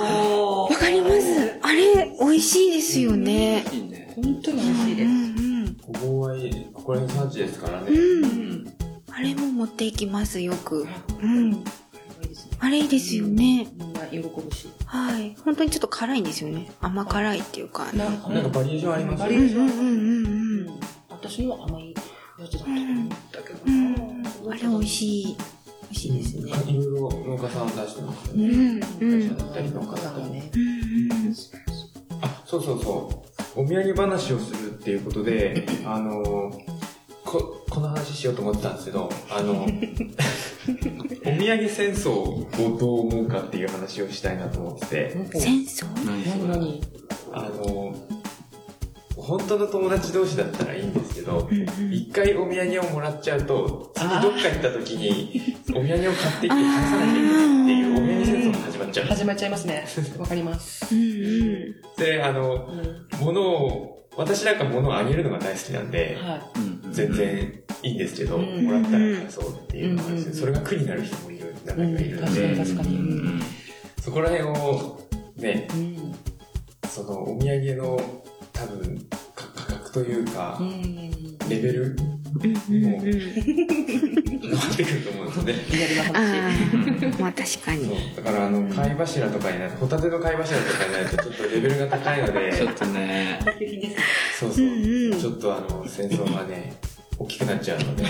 S1: わかります。あれ、美味しいですよね。
S3: いいね。
S5: 本当に美味しいです。
S1: うん
S2: ここはいこれの産地ですからね、
S1: うん。う。
S5: うんん。
S1: あれも持っていきます、よく。
S5: あ
S1: うん。
S5: いいですね。
S1: あれいいですよね。
S5: みんな喜ぶし。
S1: はい。本当にちょっと辛いんですよね。甘辛いっていうか。うん
S5: なんか
S2: なんかバリエーションありますよ
S1: う
S2: ね
S1: んうんうんうん。
S5: 私の甘いやつだったんだけど
S1: うん。あれ美味
S5: い。
S1: しい。美味しいですね。
S2: いろいろ農家さんを出してますよ
S1: うん
S2: ね、
S1: うんうん
S5: だったりとかだったりね。
S1: うん
S2: あそうそうそうお土産話をするっていうことであのここの話しようと思ってたんですけどあ のお土産戦争をどう思うかっていう話をしたいなと思ってて
S1: 戦争
S3: 何
S5: 何
S3: それ
S5: 何
S2: あの本当の友達同士だったらいいんですけど
S1: うんうん
S2: 一回お土産をもらっちゃうと次どっか行った時にお土産を買ってきて返さなきゃいけないっていうお土産戦争が始まっちゃうんです
S5: 始まっちゃいますね。わかります。
S1: うん
S2: であの
S5: うん
S2: 物を私なんか物をあげるのが大好きなんで、
S5: は
S3: うん
S2: 全。然いいんですけど、
S5: うん
S2: もらったら返そうっていうのがあるんですよ
S5: うん
S2: それが苦になる人もいる中にはいる
S5: う
S2: の
S5: ん
S2: で、
S3: うん
S5: 確かに
S3: うんうん
S2: そこら辺をね
S5: い。うん。
S2: そのお土産の多分か価格というか、
S5: うん。
S2: レレベルもう変わってくると思うんですね。
S5: 左の
S1: あ
S5: 話。
S1: あ、まあ確か
S2: そう
S1: に。
S2: だからあの貝柱とかにないホタテの貝柱とかにないとちょっとレベルが高いので
S3: ちょっとね、
S4: 急にですね。
S2: そうそう、
S1: うんうん
S2: ちょっとあの戦争がね大きくなっちゃうので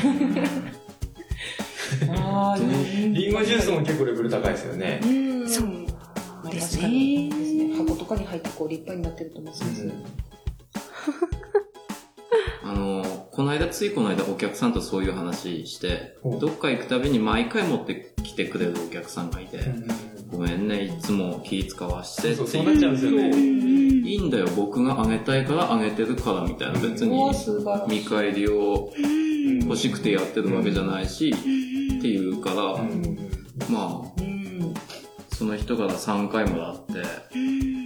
S5: ああ、
S2: リンゴジュースも結構レベル高いですよね
S4: う、ん
S1: そう
S5: あ
S1: で
S5: りますすね
S1: ね。
S5: ですね。箱とかに入ってこう立派になってると思うんですよ。
S3: あの、この間、ついこの間お客さんとそういう話して、
S2: うん
S3: どっか行くたびに毎回持ってきてくれるお客さんがいて、ごめんね、いつも気使わして
S2: そう
S3: って
S2: そうな
S3: い
S2: っ
S3: う。
S2: ちゃうんですよね
S3: いいんだよ、僕があげたいからあげてるからみたいな。別
S5: お
S3: に
S5: ー、素晴らしい。
S3: 見返りを
S2: うん
S3: 欲しくてやってるわけじゃないし、っていうから、
S2: うん
S3: まあ、
S5: うん。
S3: その人から3回もらって、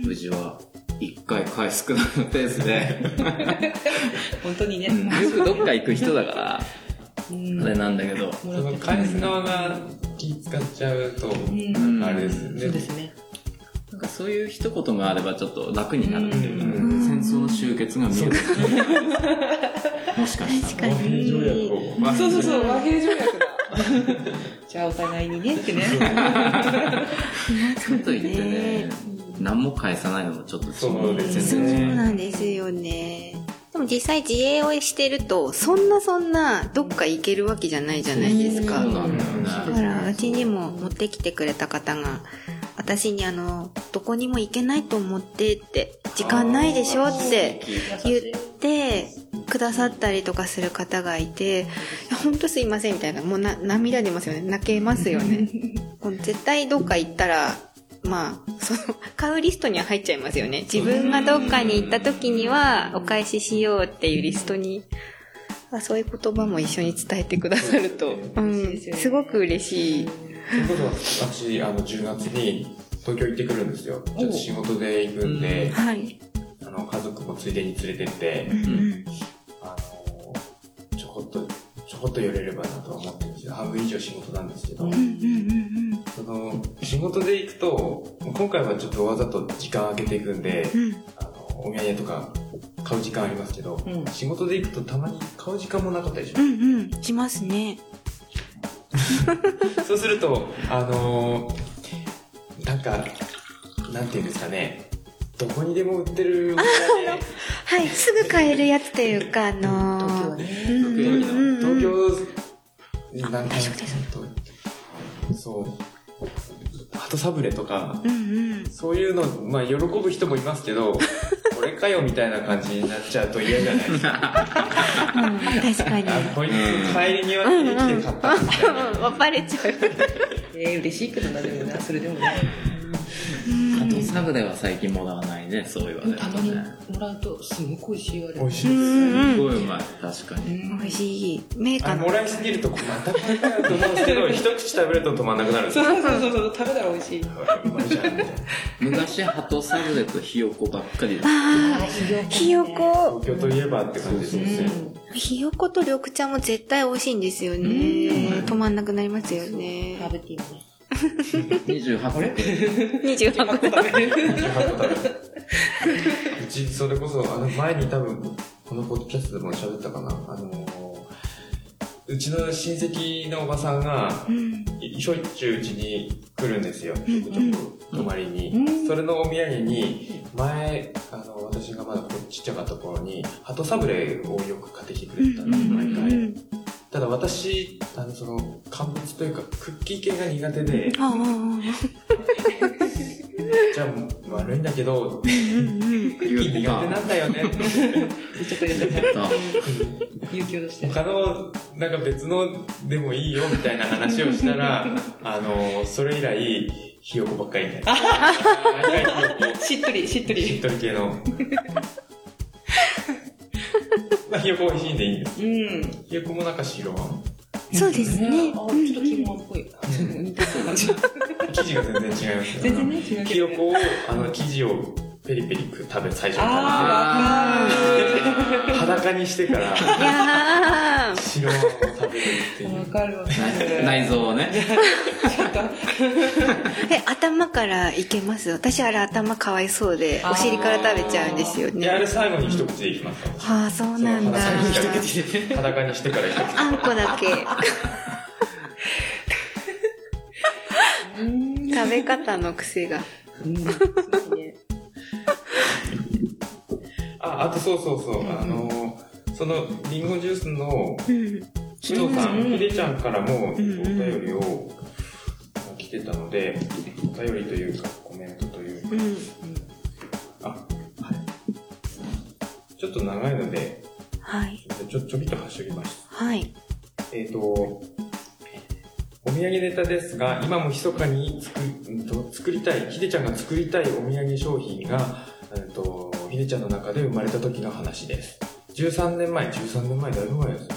S3: 無事は1回返すくらいのペースで、
S5: 本当にね。
S3: うんよくどっか行く人だから、
S5: うん
S3: あれなんだけど、
S5: も
S2: そ
S5: らっ
S2: の
S5: て
S2: 返す側が気使っちゃうと
S5: ん
S2: あれですよね、
S5: そうですね。
S3: なんかそういう一言があればちょっと楽になるっていうか、
S2: うん
S3: 戦争の終結が見える。もしかし
S1: 確
S3: た
S1: か
S3: ら。
S2: 和平条約
S1: に。
S2: をまあ
S5: そうそうそう、和平条約だ。じゃあお互いにねってね。
S3: かといってね
S1: ね、
S3: 何も返さないのもちょっと違う。
S2: そうですね
S1: そう
S3: 全然違う
S1: なんですよね。でも実際自営をしてると、そんなそんなどっか行けるわけじゃないじゃないですか。
S3: そうなんだよね
S1: だからうちにも持ってきてくれた方が私にあの「どこにも行けないと思って」って「時間ないでしょ」って言ってくださったりとかする方がいて「いやほんとすいません」みたいなもうな涙出ますよね泣けますよ ねもう絶対どっか行ったらまあその買うリストには入っちゃいますよね自分がどっかに行った時にはお返ししようっていうリストにあそういう言葉も一緒に伝えてくださると、う
S5: 嬉しい
S1: ん
S5: ですよ、ね
S1: すごく嬉しい
S2: ということは私あの10月に東京行ってくるんですよちょっと仕事で行くんで、
S1: はい。
S2: あの家族もついでに連れてって、
S3: ん
S2: あのちょこっとちょこっと寄れればなとは思ってるんですけど半分以上仕事なんですけど、その仕事で行くと今回はちょっとわざと時間空けていくんで、あのお土産とか買う時間ありますけど、
S5: うん
S2: 仕事で行くとたまに買う時間もなかったりしま
S1: う
S2: す、
S1: んうん。来ますね。
S2: そうするとあのなんかなんていうんですかねどこにでも売ってるお 土産
S1: はい。すぐ買えるやつというか、あ
S5: 東京
S1: の
S5: は
S1: ー、
S5: ね。
S1: うんうんうん
S2: 東京何回
S1: そうです
S2: そうハトサブレとか
S1: うんうん。
S2: そういうのまあ喜ぶ人もいます けどこれかよみたいな感じになっちゃうと嫌じゃないです
S1: うん確
S2: か
S1: かに。
S2: あこいつ帰り際に生きて買ったみたいな
S1: うん、別れちゃう。
S5: えー、嬉しいけどな、でもな、それでもね。
S3: あとサブでは最近もらわないね、そう言われると
S5: たまに
S3: ね。
S5: もらうと、すごく美味しいわれ
S2: 美味し
S1: う
S2: いですよね
S1: ん
S3: す
S1: うん。
S3: ごいうまい、確かに。
S1: 美味しい。メーカ
S2: あ
S1: ー
S2: も
S1: の。
S2: らいすぎるとまた買ったよと思うんですけど一口食べると止まんなくなるんです
S5: そ
S2: よ
S5: うそうそうそう、食べたら美味しい。
S2: うまいじゃんみたいな
S3: 昔、鳩サブレとひよこばっかりだっ
S1: ああ、ひよこ。
S2: 東京といえばって感じです
S5: う
S2: よね
S5: ん。
S1: ひよこと緑茶も絶対美味しいんですよね。止まんなくなりますよね。
S5: 食べていいね。
S3: た。28個
S1: 28個だ。
S2: 18個食べるうちそれこそあの前に多分このポッドキャストでも喋ったかなあのーうちの親戚のおばさんが
S1: うん。
S2: いしょっちゅううちに来るんですよ
S1: う
S2: ちょ
S1: ん
S2: くちょく泊まりに、
S5: うん
S2: それのお土産に前あの私がまだこうちっちゃかった頃に鳩サブレをよく買ってきてくれてたんです
S3: うん
S2: 毎
S1: う
S2: 回、
S1: ん。
S2: ただ私あのその乾物というかクッキー系が苦手 で
S1: ああ、うん
S2: じゃあ悪いんだけど
S1: うん。
S2: クッキー苦手なんだよね
S5: ちょっとやってた。
S3: だ。
S5: 勇気を出して。
S2: 他のなんか別のでもいいよみたいな話をした らあのそれ以来ひよこばっかり ね毎回ひよ
S5: しっとり、しっと
S2: こし
S5: り。
S2: っとり 系のまあひよこ美味しいんでいいんです
S5: うん。
S2: ひよこもなんか白あん
S1: そうですね。
S5: あ、ちょっと金っぽい。似てそうな感じ。
S2: 生地が全然違いますよ
S5: 全然ね、違う
S2: ひよこをあの生地をペリペリ食べ最初か
S5: あ
S2: ら裸にしてから
S1: いやー
S2: 白あんを食べるってい
S5: ー、わ
S2: う
S5: かるわかる。
S3: 内内臓をね。
S5: ちょっと
S4: か
S1: え、頭からいけます私あれ頭かわいそうで、
S5: あー
S1: お尻から食べちゃうんですよ
S2: いや、あれ
S1: ね。
S2: 最後に一口でいきます。
S1: はあ、そうなんだ。
S2: そう裸にしてから裸にしてから一口。
S1: あんこだけ。食べ方の癖が。
S2: あ、あとそうそうそう、あの、そのリンゴジュースの
S1: うん。
S2: 木戸さん、ひでちゃんからもお
S1: ん
S2: 便りを来てたので、お便りというかコメントというか
S1: う、ん。
S2: あ、はい。ちょっと長いので、
S1: はい。
S2: ちょ、ちょびっと端折ります。
S1: はい。
S2: えっ、と、お土産ネタですが、今も密かに作うんと作りたい、ひでちゃんが作りたいお土産商品が、うんとひでちゃんの中で生まれた時の話です。13年前、13年前だいぶ前ですよ。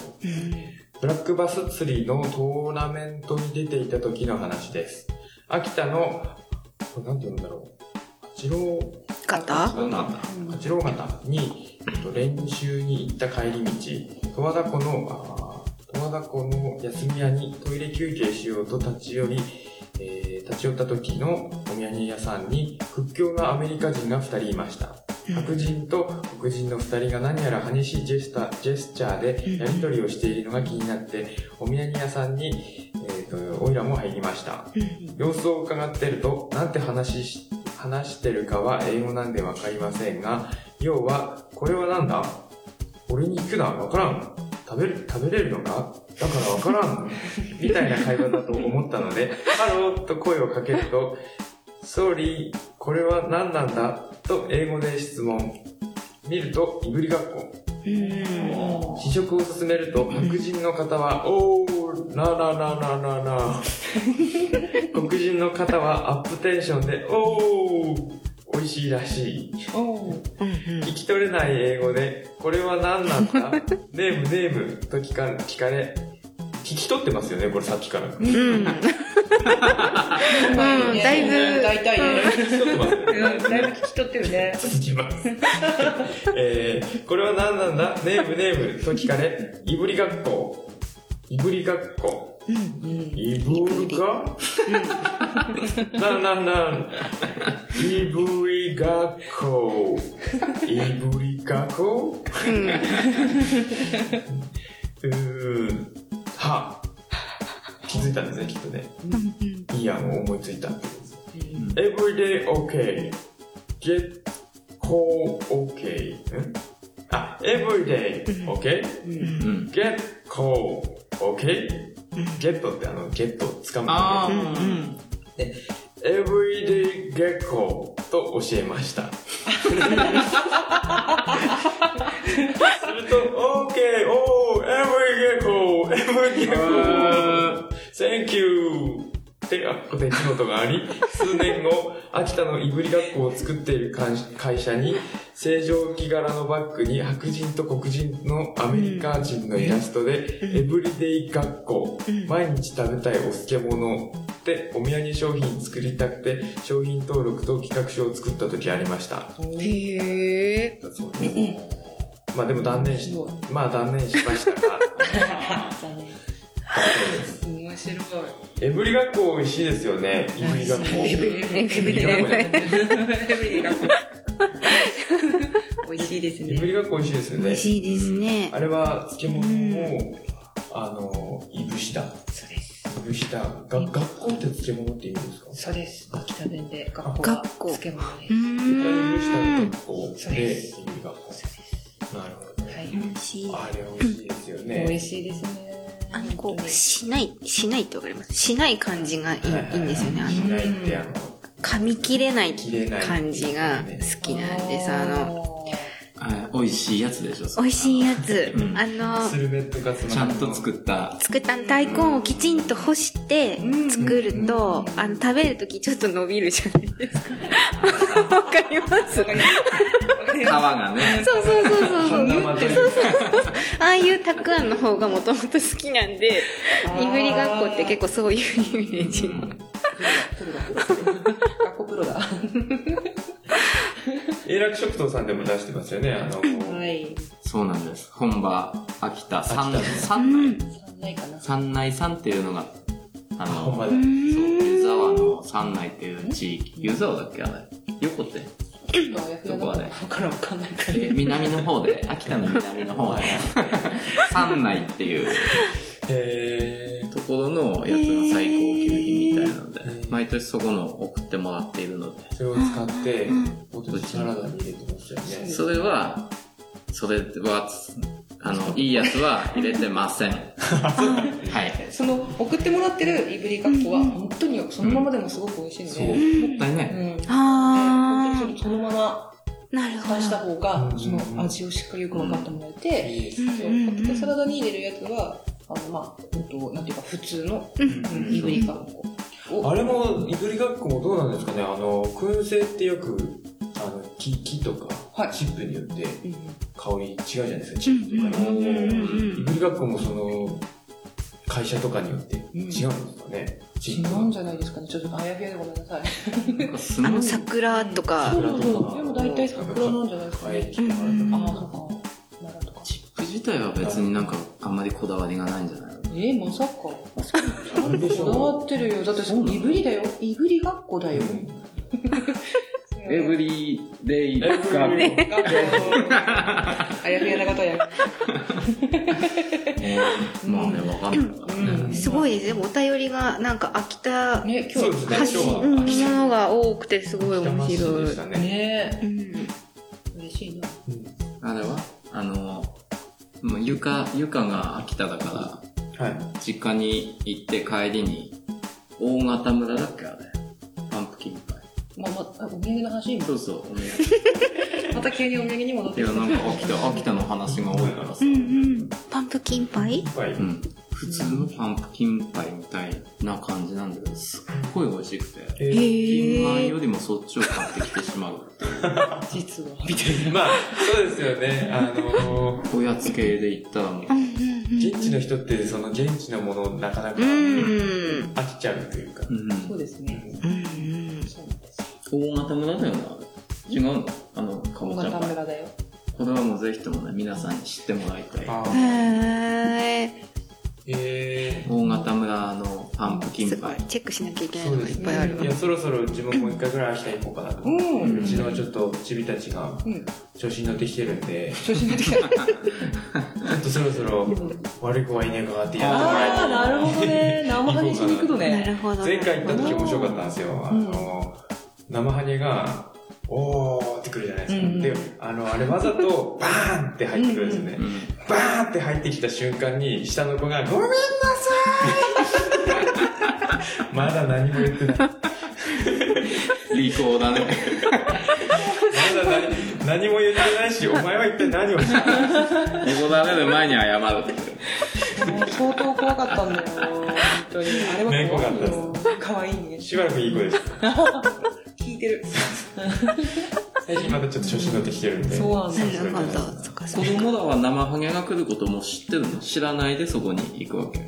S2: ブラックバス釣りのトーナメントに出ていた時の話です。秋田の、これなんて言うんだろう。八郎
S1: 方
S2: 違うな八郎方に、えっと練習に行った帰り道、十和田湖の、あー十和田湖の休み屋にトイレ休憩しようと立ち寄り、えー立ち寄った時のお土産屋さんに、屈強なアメリカ人が2人いました。白人と黒人の2人が何やら激しいジェスタジェスチャーでやり取りをしているのが気になって、お土産屋さんに、えーと、オイラも入りました。様子を伺ってると、なんて話し、話してるかは英語なんでわかりませんが、要は、これはなんだ俺に聞くな、わからん。食べる、食べれるのかだからわからん。みたいな会話だと思ったので、ハローと声をかけると、Sorry, これは何なんだと英語で質問。見ると、いぶりがっこ。
S1: うん。
S2: 試食を進めると白人の方は「おーララララララ」 黒人の方はアップテンションで「おー美味しいらしい」聞き取れない英語で「これは何なん だネームネーム」と聞か聞かれ聞き取ってますよねこれさっきから 聞
S1: うん。
S4: うん
S1: だいぶ
S4: 大体ね
S2: き取ってますよね
S5: うん、だいぶ聞き取ってるね。
S2: 続きます。 えー、これは何なんだネームネームと聞かれ、いぶりがっこ。いぶりがっこ。いぶりがなんなんなん。いぶりがっこ。いぶりがっこ。うーん。は。気づいたんですね、きっとね。いい案を思いついた。Everyday OK。Get call OK. んあ、Everyday OK。
S3: うん。
S2: Get call OK。Get ってあの、ゲット掴む
S3: ああ、
S2: ので。Everyday get call と教えました。すると、OK, oh, every get call, every get call, thank you. ってあこで仕事があり、数年後、秋田のいぶり学校を作っている会会社に、正常期柄のバッグに白人と黒人のアメリカ人のイラストで、エブリデイ学校、毎日食べたいお漬物でお土産商品作りたくて、商品登録と企画書を作った時ありました。
S1: へえ。
S2: そうです。まあでも断念し、まあ断念しましたが。
S5: 面白い。
S2: エブリ学校美味しいですよね。エブリ学校。
S5: エブリエブリ
S2: エブリ
S5: エブリが。美味しいです
S2: エブ
S5: ね。
S2: リ学校美味しいですよ
S1: 美味
S2: ね。
S1: しいですね。
S2: あれは漬物
S1: う
S2: を、あの、いぶした。い
S5: そうです。
S2: ぶした。が学校って漬物って意味ですか
S5: そうです。秋田弁で学校
S1: 学
S5: が
S1: 校
S5: 漬物で
S1: うー
S5: す。
S2: いぶした
S1: ん。
S2: 学校
S5: そう
S2: で、
S5: で
S2: エ
S5: す
S2: ブリ学校。
S5: そうです。
S2: なるほどね。
S5: はい。
S1: 美味しい。
S2: あれ美味しいですよ
S5: 美
S2: ね。
S5: 味しいですね。
S1: あの、こ
S5: 本当
S1: う、
S5: に
S1: しない、しないってわかります。しない感じがいい,、、
S2: はい
S1: いんですよね。あ
S2: し
S1: の、
S2: ないって、あの、
S1: 噛み切れない
S2: 切れない。
S1: 感じが好きなんです。あの、
S5: の。
S3: あ美味しいやつでしょ、それ
S1: 美味しいやつ。
S3: うん
S1: あの
S2: ス、ルメとかその
S3: ちゃんと作った。
S1: 作った大根をきちんと干して作ると、あの、食べるときちょっと伸びるじゃないです か。わかります
S3: 皮がね。
S1: そうそうそうそうそう。
S2: 生で
S1: ああいうたくあんの方がもともと好きなんで、いぶりがっこって結構そういうイメージ。
S5: プロだ、プロだプロだ。学校プロだ。
S2: 永楽食堂さんでも出してますよね。あの、
S5: はい。
S3: そうなんです。本場、秋田、三
S2: 秋田
S3: 三内。
S5: 三内かな。
S3: 三内さんっていうのが、ああ
S2: ほん
S3: の、
S1: う
S2: まだ。
S3: そう、湯
S1: ん。
S3: 沢の三内っていう地域、湯沢だっけあれ。横って、
S4: どこは役
S3: ど
S4: 立た
S3: こあ
S4: ない
S3: れ。
S5: だからわかんないか
S3: え
S5: ら。
S3: ー南の方で、秋田の南の方で、 三内っていう
S2: へー
S3: ところのやつが最高級品みたいなので
S2: へー、
S3: 毎年そこの送ってもらっているので、
S2: それを使って
S1: うん、
S2: ポテトサラダに入れてますよね。
S3: それは、それは、あ の、いいやつは入れてません。 はい。
S5: その送ってもらってるいぶりがっこは本当にそのままでもすごく美味しいの
S3: そう、
S5: で、
S3: もったいな
S5: う
S3: い。
S5: ん、で本
S1: あ
S5: 当にそのまま
S1: ー。なるほ
S5: 返した
S1: ど。
S5: 方
S2: う
S5: が
S2: ん
S5: その味をしっかりよく分かってもらえて、
S2: いいです
S1: うん
S2: ね。
S5: そう
S1: うん
S5: ポテトサラダに入れるやつはあのまあうんとなんていうか普通のうんいぶりがっこを
S2: あれも、いぶりがっこもどうなんですかねあの、燻製ってよく、あの、木、木とか
S5: は、い
S2: チップによって
S5: うん
S2: 香り違うじゃないですか、チップとか
S1: うん
S2: に。
S1: うんうんう
S2: い
S1: ん
S2: ぶりがっこもその、会社とかによって違うんですかねチ
S5: 違
S2: ップ
S5: うんじゃないですかねちょっとあやふやでごめんなさい
S3: なんかす
S1: あ
S3: ご
S1: の、
S3: い
S1: 桜と
S5: そ
S1: か
S5: う、そうそうでも大体桜なんじゃないですか
S2: はい、
S5: ね
S2: 木とか
S5: あ
S1: う
S5: あ
S1: ん
S5: そ
S2: あ
S5: う
S2: ると
S5: か奈良とか
S3: チップ自体は別になんかあんまりこだわりがないんじゃないの
S5: えー、まさか
S2: あれでし
S5: こだ
S2: ょ
S5: わってるよだって
S3: そうなの
S5: いぶりだよいぶりがっこだ
S2: う
S5: よ、
S2: ん
S3: エブリデイ
S2: えこれ
S5: がっこ あやふやなことや
S3: まあね、わかんないから
S5: うん
S3: ね。
S1: すごいですね。でもお便りが、なんか秋田
S5: ね今
S2: そう
S5: 日
S2: ですね、今
S1: 発
S2: 日
S1: 信、
S2: は。
S1: うんものが多くてすごい面白い。
S2: でしたね。
S5: ね
S1: うん
S5: 嬉しいな
S2: うん
S3: あれはあの、もう床、床が秋田だか
S2: はい。
S3: ら、実家に行って帰りに、大型村だっけあれ。パンプキンパイ。
S5: まあまあお土産の話に
S3: そうそう、おめで
S5: また急にお土産に戻っ
S3: とう。い
S5: て
S3: や、
S5: き
S3: な
S5: た
S3: んか秋田、秋田の話が多いからさ。
S1: う
S3: うん。
S1: うんん。パンプキンパイ
S2: はい。
S3: 普通のパンプキンパイみたいな感じなんだけど、すっごい美味しくて。
S2: え
S1: へ
S2: ー
S3: 金米
S1: ー
S3: よりもそっちを買ってきてしまう。
S5: 実は
S2: みたいな。 まあ、そうですよね。あのー、
S3: おやつ系で行ったらもう
S1: うんうんうん
S2: 現地の人って、その現地のものをなかなか
S1: うん
S2: 飽きちゃうというか。
S3: うん
S5: そうですね
S1: うんうん
S5: そうなんです
S3: 大型村だよな、あれ違うのあの、か
S5: 小
S3: ぼちゃ
S5: 型
S3: パイ。
S5: 村だよ
S3: これはもうぜひともね、皆さんに知ってもらいたい。
S2: あ
S1: へー
S2: え
S3: 大型村のパンプキ
S1: す
S3: ン
S1: ご
S3: パ
S1: い
S3: イ。
S1: チェックしなきゃいけない
S2: そう
S1: のが
S2: で
S1: いっ
S2: すね
S1: ぱいある
S2: い
S1: わ
S2: や、そろそろ自分もう一回ぐらい明日行こうかなと。
S5: う
S2: うんうちのちょっと、ちびたちが
S5: うん
S2: 調子に乗ってきてるんで、
S5: 調子に乗 ってきた
S2: ちょっとそろそろ悪い子はいねえかってやってもらえ
S5: ああなるほど ね生ハゲしに行くの
S1: な
S5: ね
S1: るほど。
S2: 前回行った
S1: な
S2: 時
S1: るほ
S2: 面
S1: ど
S2: 白かったんですよ。あ
S5: うん
S2: の、生ハゲが、おーってくるじゃないですか。
S5: うん
S2: で、あの、あれわざと、バーンって入ってくるんですよね
S3: う。ん
S2: バーンって入ってきた瞬間に、下の子が、ごめんなさい まだ何も言ってない。まだ
S3: 利口だね。
S2: 何何も言ってないし、お前は一体何をしてる
S3: 横だねで前に謝るって。
S5: もう相当怖かったんだよ本当にあれは怖いよ可愛いね
S2: しばらくいい子です。
S5: 聞いてる
S2: 最近またちょっと調子に乗ってきてるんで。
S5: そうなんだ
S1: なるほど。そっかそ
S3: 子
S1: っか。
S3: 供らは生ハゲが来ることも知ってるの知らないでそこに行くわけ。へ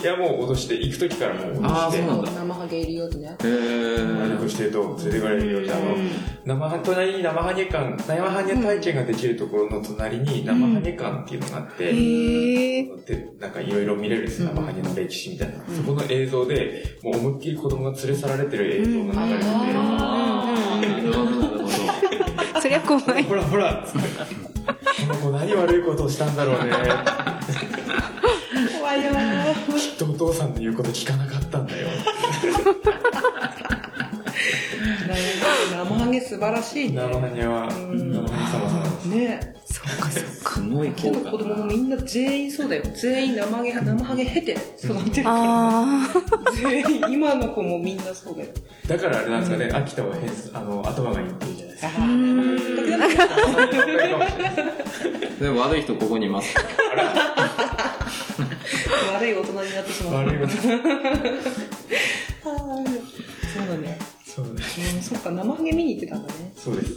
S2: いや、もう脅して、行く時からもう脅
S3: あー
S2: し
S3: そう
S2: て
S3: な。んだ
S5: 生ハゲいるよってね
S2: 悪く
S3: ー。
S2: してると連れてかれるように、あの、生ハ隣に生ハゲ館、生ハゲ体験ができるところの隣に生ハゲ館っていうのがあって、
S1: へえ。
S2: でなんかいろいろ見れるんですよ、生ハゲの歴史みたいな。そこの映像で、もう思いっきり子供が連れ去られてる映像が流れてて、
S3: あーなるほど、なるほ
S1: そりゃ怖い。
S2: ほらほらつってこの子何悪いことをしたんだろうね。
S5: 怖い よ
S2: きっとお父さんの言うこと聞かなかったん だよ。
S5: 生ハゲ素晴らしいね
S2: 生ハゲは、生ハゲ様様です。
S5: ね
S1: そっかそっ
S3: ど。
S1: か。
S3: すごい
S5: 今
S3: 効
S5: 日の
S3: 果
S5: 子供
S3: だ
S5: も
S3: な
S5: み。んな全員そうだよ全員生ハゲ生ハゲ経て育ってるか
S1: ああ。
S5: ら全員今の子もみんなそうだよ
S2: だからあれなんですかね、秋田は変すあの、頭がいいっていうじゃないですか。
S3: で、悪い人ここにいます。
S5: 悪い大人になってしまう
S2: 悪 いこと。
S5: そうだね
S2: そうです。
S5: うんそっか生ハゲ見に行ってたんだね
S2: そうです。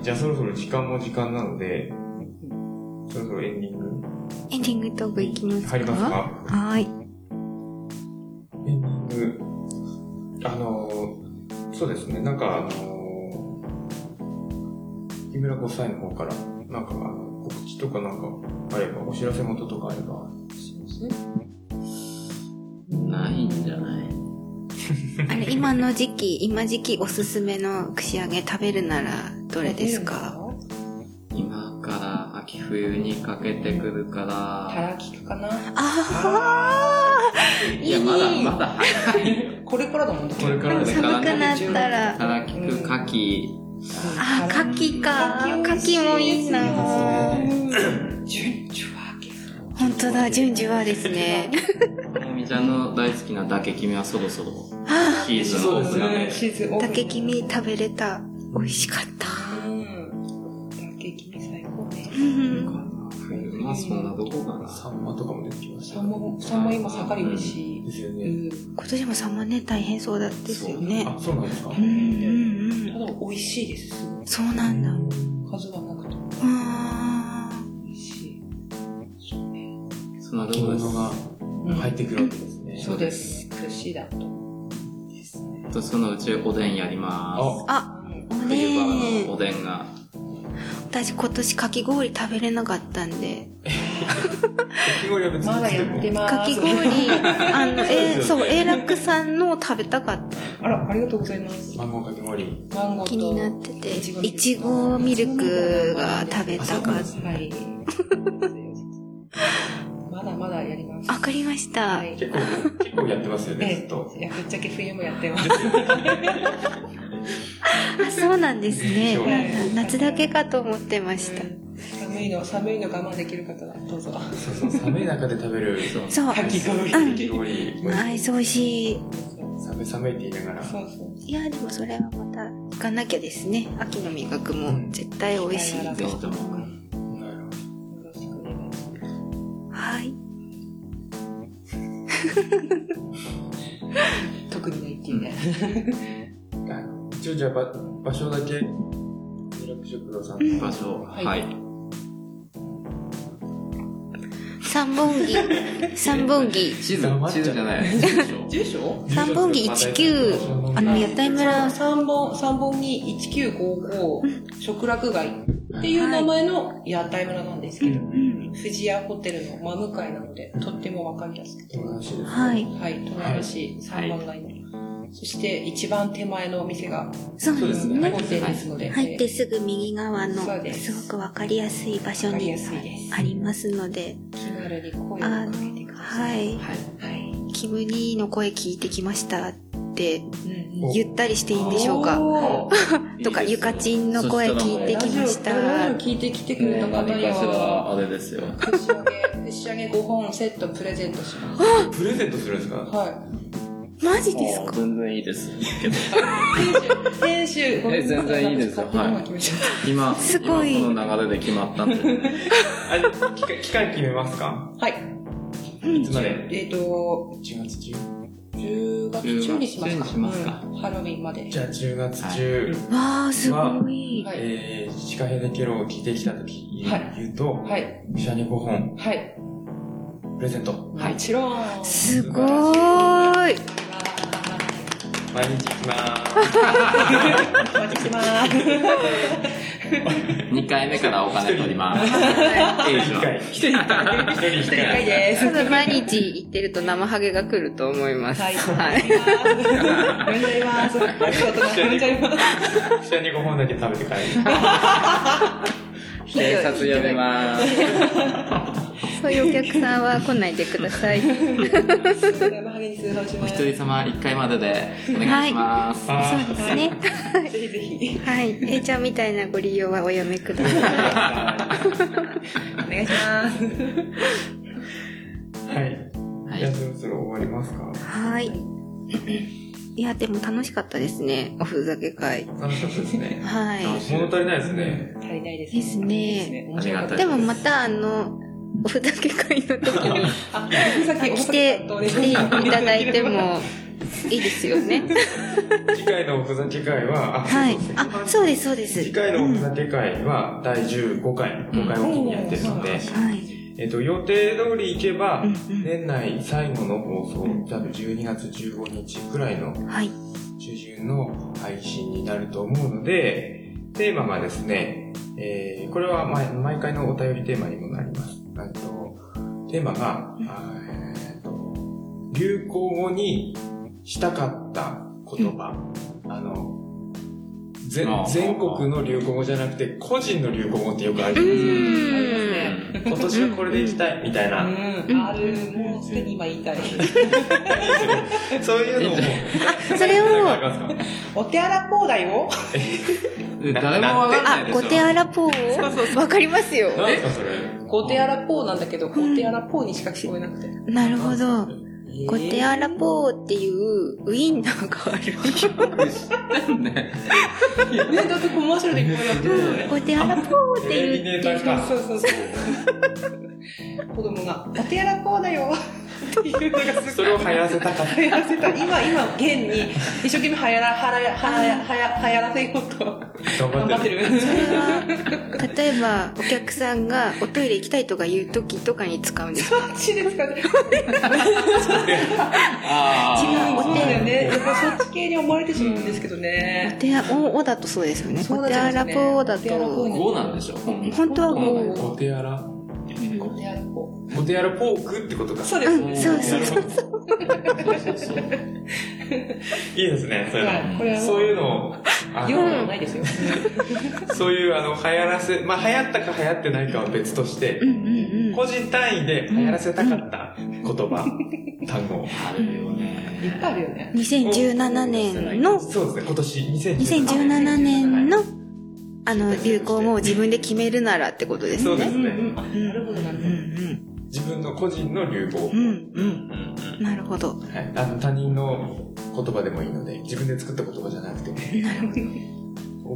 S2: じゃあそろそろ時間も時間なので、そろそろエンディング
S1: エンディングトークいきますか
S2: 入りますか
S1: はーい。
S2: エンディング、あの、そうですね、なんかあの、木村5歳の方から、なんかあの告知とかなんかあれば、お知らせ元とかあれば、
S3: ないんじゃない
S1: あれ、今の時期、今時期おすすめの串揚げ食べるならどれですか
S3: 今から秋冬にかけてくるから。
S5: たらきくかな
S1: あー
S3: いや、まだ、まだ早い。
S5: これからだもんね
S3: これからだか
S1: 寒
S3: ら
S1: く
S3: ね。
S1: なったら。
S3: たらきくかき。
S1: あー、牡蠣か。牡蠣もいいな。
S5: 順序はけ
S1: 本当だ、順序はですね。
S3: まなみちゃんの大好きなだけ君はそろそろ
S1: あ
S3: シーズンオフだね。
S5: シーズンオ
S1: ー、
S5: フ
S1: 竹きみ食べれた。美味しかった。
S5: うん竹君最高ね
S1: うん
S3: 冬まあそんなどこかな。
S2: サンマとかも出てきまし
S5: サ
S2: た
S5: ンマもサンマ今盛り美味しい
S2: ですよ
S5: う
S2: ね。
S5: ん
S1: 今年もサマね大変そうだですよね。
S2: あ、そうなんですか。
S1: うんうんう
S5: た
S1: ん。
S5: だ美味しいですすごい
S1: そうなんだ。
S5: 数はなくても
S1: あー
S5: 美味しいそうね
S3: そんな
S2: 着
S3: どこです
S2: 物。が入ってくるわけですね。
S5: そうです苦しいだと
S3: とそのうちおでんやりま
S2: あ、
S1: あ、お
S3: す。冬場のお
S1: ね
S3: でんが。
S1: 私今年かき氷食べれなかったんで。
S2: かき氷は別に
S5: まだ
S2: いつでも
S5: やってます
S1: かき氷、あの、え、そう、永楽さんのを食べたかった。
S5: あらありがとうございます
S2: マンゴーかき氷。
S5: マンゴーと
S1: 気になってて
S5: いちご。
S1: いちごミルクが食べたかっ
S5: はい。まだまだやります。
S1: た。わかりました
S5: は。い。
S2: 結構、結構やってますよね、ず
S5: え
S2: っと
S5: え、。いやぶっちゃけ冬もやってます。
S1: あ、そうなんですね
S2: そう
S5: な。んだ
S1: 夏だけかと思ってました。
S5: 寒いの、寒いの我慢できる方はどうぞ。
S2: そうそう、寒い中で食べる、
S3: そう。
S1: そう。
S5: かき氷。
S2: かき氷。
S1: ナイス美味しい。
S2: 寒い寒いって言いながら。
S5: そうそう。
S1: いや、でもそれはまた行かなきゃですね。秋の味覚も絶対美味しい。
S3: ぜひとも
S5: よ
S2: なるほど
S5: ろしくお願いします。
S1: はい。
S5: 特にないっていうね。
S2: あ一応じゃあば場所だけ有楽食堂さんの
S3: 場所。
S5: はい
S3: はい。
S1: 三本 木、三本木、
S3: 地図、地図じゃない。地図
S5: 住所
S1: 三本木19あの、屋台村、
S5: 三本、三本に1955、食楽街っていう名前の屋台村なんですけど、富士屋ホテルの真向かいなので、とってもわかりやすくて。
S2: 友達ですね
S1: はい。
S5: はい、隣の市3番街に。そして一番手前のお店が
S1: そうですね
S5: ホ。テルですので、
S1: 入ってすぐ右側の
S5: そうですす
S1: ごくわかりやすい場所
S5: わかり
S1: に
S5: やすいです
S1: ありますので、
S5: 気軽に声を
S1: あ
S5: か
S1: の
S5: けてくださ。
S1: はいい、
S3: はい。
S5: はい。
S1: キムニーの声聞いてきましたって
S5: うん
S2: お
S1: ゆったりしていいんでしょうか
S5: おー
S1: とか
S3: いいですよ
S1: ゆかちんの声聞いて
S5: ラ
S1: き
S5: ジ
S1: ま
S5: オ
S1: した
S5: ラジオ聞いてきてくれた方
S3: 何
S5: に
S3: かしら
S5: は、
S3: あれですよ。
S5: 串揚げ、串揚げ5本セットプレゼントします。
S2: プレゼントするんですか
S5: は
S1: マジですか
S3: 全然いいですけど。
S5: い。編集、ごめんなさ
S3: 全然いいですよ
S5: なんか勝手に今決めちゃっ
S3: 今、
S1: すごい
S3: 今この流れで決まったんで。
S2: あれ期間期間決めますか
S5: たはい。
S2: いつまで
S5: えっと、
S2: 10月中
S5: 10月中にします
S3: 10月中
S5: か。
S3: にしますか
S5: うんハロウィンまで
S2: じ。ゃあ10月中、
S1: わあ、すごい。
S5: はい
S2: えー、シカヘデケロを聞いてきたとき
S5: はい
S2: 言うと、
S5: はい。
S2: 医者に5本
S5: はい。
S2: プレゼント
S5: もちろん。
S1: すごーい。
S2: 毎日来ま
S5: お待ちしてます。
S3: 2回目からお金取ります。
S2: ーす一回一人一
S5: 正解
S2: 回
S5: です。
S1: 多分毎日行ってると生ハゲが来ると思います。
S5: はい。
S1: はい。
S5: ごめんなさいます。ありがとうございます。
S2: 医者に5本だけ食べて帰る
S1: どい
S3: 警察呼びます。
S1: そういうお客さんは来ないでください。
S5: 生ハゲに通報し
S3: お
S5: ま
S3: 一
S5: す。
S3: 人様1回まででお願いします。
S2: あ
S1: そうですね。
S5: ぜひぜひ。
S1: はい。A ちゃんみたいなご利用はおやめください。
S5: お願いします。
S2: ーはい
S3: はい
S2: じゃあそろそろ終わりますか
S1: はい。いや、でも楽しかったですね。おふざけ会。
S2: 楽しかったですね
S1: はい。
S2: 物足りないですね
S5: 足りないです
S1: ですね。
S5: 面白かった
S1: でもまた、あの、おふざけ会の時に
S5: あ、さっき
S1: 来て、来ていただいても、いいですよね。
S2: 次回のおふざけ会は、あ、
S1: はい
S2: そうそう。そう
S1: あ、そうです、そうです。
S2: 次回のおふざけ会は第15回、5回おきにやってるので、
S1: うんはい。
S2: えっと、予定通り行けば
S1: うん、うん
S2: 年内最後の放送、多分12月15日くらいの
S1: はい。
S2: 中旬の配信になると思うので、テーマがですね、えーこれは毎毎回のお便りテーマにもなります。あとテーマが、あーえーと流行語にしたかった言葉。あのぜ
S3: あー
S2: 全国の流行語じゃなくて個人の流行語ってよくあるじゃないですか。
S3: うん
S2: 今年はこれでいきたいみたいな。
S4: うん、ある、もうすでに今言いたい。
S2: そういうのも。
S1: それ
S2: なん
S1: を、
S2: かありますか
S4: お手洗こうだよ。
S3: で誰もわかんない
S1: あ
S3: で、すよ。
S1: ご手荒ぽうわかりますよ。
S2: なんですかそれ。
S4: ご手洗こうなんだけど、ご手洗こうにしか聞こえなくて。
S1: なるほど。
S3: えー
S1: ゴテアラポーっていうウインナーがある。
S3: ね。
S4: ね、だってコマーシャルでこうやってるよね。
S1: ゴテアラポーっていう
S2: テレビネーターか
S4: そうそうそう。子供が、お手洗こうだよ。っていうのがす
S2: それを流行らせたかった。
S4: 流行らせた。今、今、現に、一生懸命流行ら、はや、はや、はや、はやらせようと。
S2: 頑
S4: 頑張ってる。
S1: それは例えばお客さんがおトイレ行きたいとか言う時とかに使うんですか
S4: マジですかね。
S3: あ
S1: 違
S3: ー
S1: う
S4: そうだよね。やっぱそっち系に思われてしまうんですけど
S1: お
S4: ね。
S1: 手あおおだとそうですよね
S4: そう
S1: ゴ
S4: だと思いますね
S1: テアラポーだ
S4: ゴテアラポ
S1: と
S4: ー
S3: 5なんでしょ、本
S1: 本当は
S3: 5
S1: 5
S2: お手洗
S4: お手洗こう。
S2: お手洗ポークってことか。
S4: そうです。
S1: うんそうそうそう
S2: そう。いいですね、そういう
S4: はいこれは
S2: の。そういうのを、あ
S4: 用はな
S2: の
S4: いですよ。
S2: そういう、あの、流行らせ、まあ、流行ったか流行ってないかは別として、
S1: うんうんうん
S2: 個人単位で流行らせたかった言葉、 単語。
S3: あるよね。
S4: いっぱいあるよね。
S1: 2017年の
S2: そうですね、今年、
S1: 2017年
S2: の。
S1: のあの流行語を自分で決めるならってことですね
S2: そうですね。
S4: あなるほど、なる
S1: う
S4: ほ
S1: んうん
S2: 自分の個人の流行。
S1: うんうん
S3: うんうん
S1: なるほど
S2: はい。あの、他人の言葉でもいいので、自分で作った言葉じゃなくて、
S1: なるほ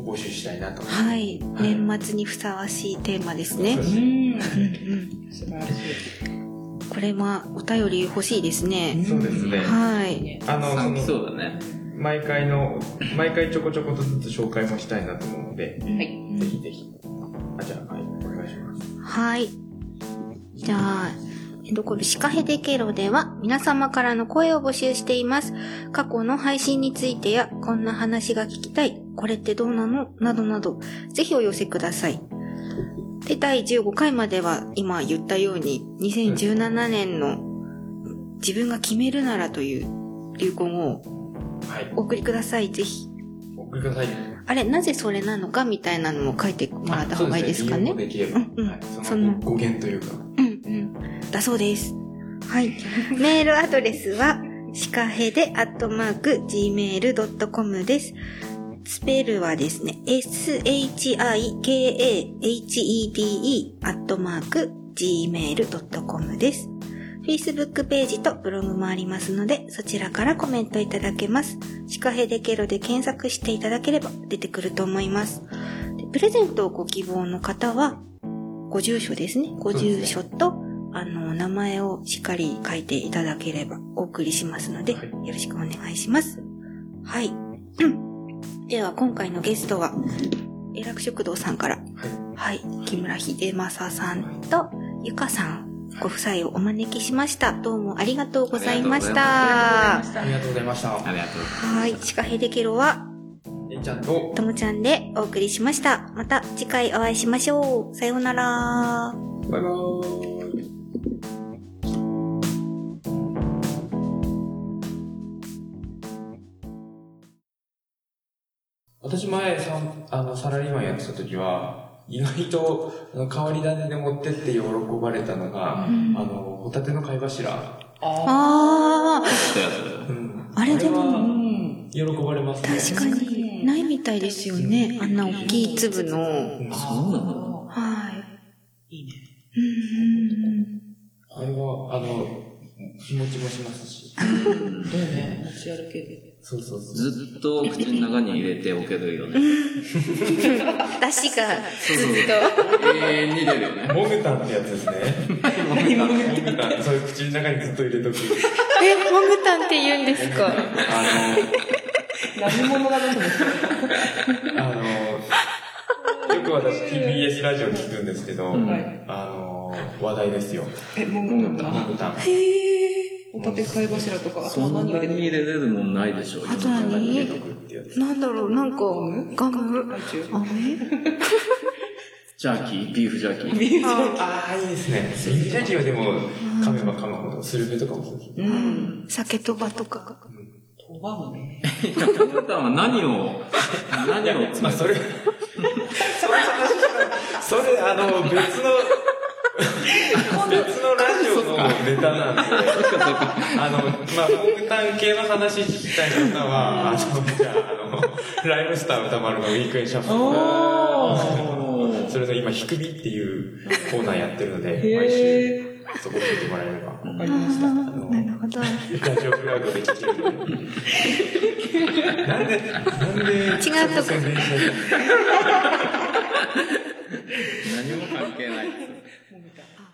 S1: ど
S2: を募集したいなと。
S1: はい年末にふさわしいテーマですね
S2: そう
S4: ど。
S2: ですね
S1: うんうん
S4: 素晴らし
S1: これはお便り欲しいですね
S2: そうですね。
S1: はい
S4: い
S1: い
S4: ね。
S2: あの、そ
S3: あ
S2: の、
S3: そうだね。
S2: 毎回の、毎回ちょこちょことずつ紹介もしたいなと思うので、
S4: はい。
S2: ぜひぜひ。あ、じゃあ、はい、お願いします。
S1: はい。じゃあ、えっと、このシカヘデケロでは皆様からの声を募集しています。過去の配信についてや、こんな話が聞きたい、これってどうなのなどなど、ぜひお寄せください。で、第15回までは今言ったように、2017年の自分が決めるならという流行語を
S2: はい、
S1: お送りください、ぜひ。
S2: お送りください。
S1: あれ、なぜそれなのかみたいなのも書いてもらった方がいいですかね
S2: そう。ですね理由もで
S1: う
S2: き
S1: んう
S2: れば、
S1: ん
S2: はい、
S1: そ
S2: そ
S1: の
S2: の語源というか。
S1: うんうん。だそうです。はい。 メールアドレスは、シカヘデアットマーク gmail.com です。スペルはですね、s-h-i-k-a-h-e-d-e アットマーク gmail.com です。Facebook ページとブログもありますので、そちらからコメントいただけます。シカヘデケロで検索していただければ出てくると思います。でプレゼントをご希望の方は、ご住所ですね。ご住所と、あの、名前をしっかり書いていただければお送りしますので、
S2: は
S1: よ
S2: い
S1: ろしくお願いします。はい。うんでは、今回のゲストは、永楽食堂さんから、はい、木村秀正さんと、ゆかさん、ご夫妻をお招きしました。どうもありがとうございました
S5: あり。
S2: ありがとうございました。
S3: ありがとうございます。
S1: はい、シカヘデケロは、
S2: えいちゃんと、
S1: ともちゃんでお送りしました。また次回お会いしましょう。さようなら。
S2: バイバーイ。私前さんあのサラリーマンやってた時は意外とあの変わり種で持ってって喜ばれたのが、
S1: ん
S2: あのホタテの貝柱、
S4: あ
S1: あ
S3: そうやつ
S2: うん
S1: あれでも
S2: あれ
S4: あ。う
S2: は
S4: ん。
S2: 喜ばれますね
S1: ー、確かにないみたいですよね。あんな大きい粒の。はい。
S2: うん
S3: そうなの
S1: いいね。
S2: あれはあの気持ちもしますし。
S3: うん
S5: だよね。持ち歩けて。
S2: そうそうそう。
S3: ずっと口の中に入れておけるよね。
S1: 出汁が
S3: そうそう。永遠に出るよね。
S2: モグタンってやつですね。モグタン。そういう口の中にずっと入れとく。
S1: え、モグタンって言うんですか
S2: あの、
S5: 何者だと思って。
S2: あの、よく私 TBS ラジオ聞くんですけど、
S3: うん
S2: あの、話題ですよ。
S5: え、もうなん
S2: モ
S5: か。
S2: グタン。
S5: へぇー。おたて貝柱とか、あと
S3: そ
S5: は
S3: んな
S5: 何
S3: に
S5: 入れて
S3: 入れ
S5: る
S3: れるもんないでしょう。
S1: あと何
S3: 世の中に
S2: 入れとくってやつ。
S1: なんだろう、なんか、ガムあれ
S3: ジャーキービーフジャーキー。
S2: ああ、いいですね。ビーフジャーキーはでも、噛めば噛むほど、スルメとかもそうです。
S1: うん。酒とばとか。
S4: 飛ばもね。
S3: い やトムタンは何を、何 を詰
S2: まあ、
S3: め
S2: それ、その話したそれ、あの、別の、別のラジオのネタなんで、あの、まあ、ホームタン系の話聞きたい方は、あの、じゃあ、あの、ライムスター歌丸のウィークエンシャッフル。それの今、ひくみっていうコーナーやってるので、毎週、そこ聞いてもらえれば、
S3: うん
S5: わかりました。
S1: あーなるほど。違
S2: ラジオブラウドで聞けるので。なんで、なんで、
S1: うとこ
S2: 宣伝しないの
S3: 何も関係ないです。
S1: あ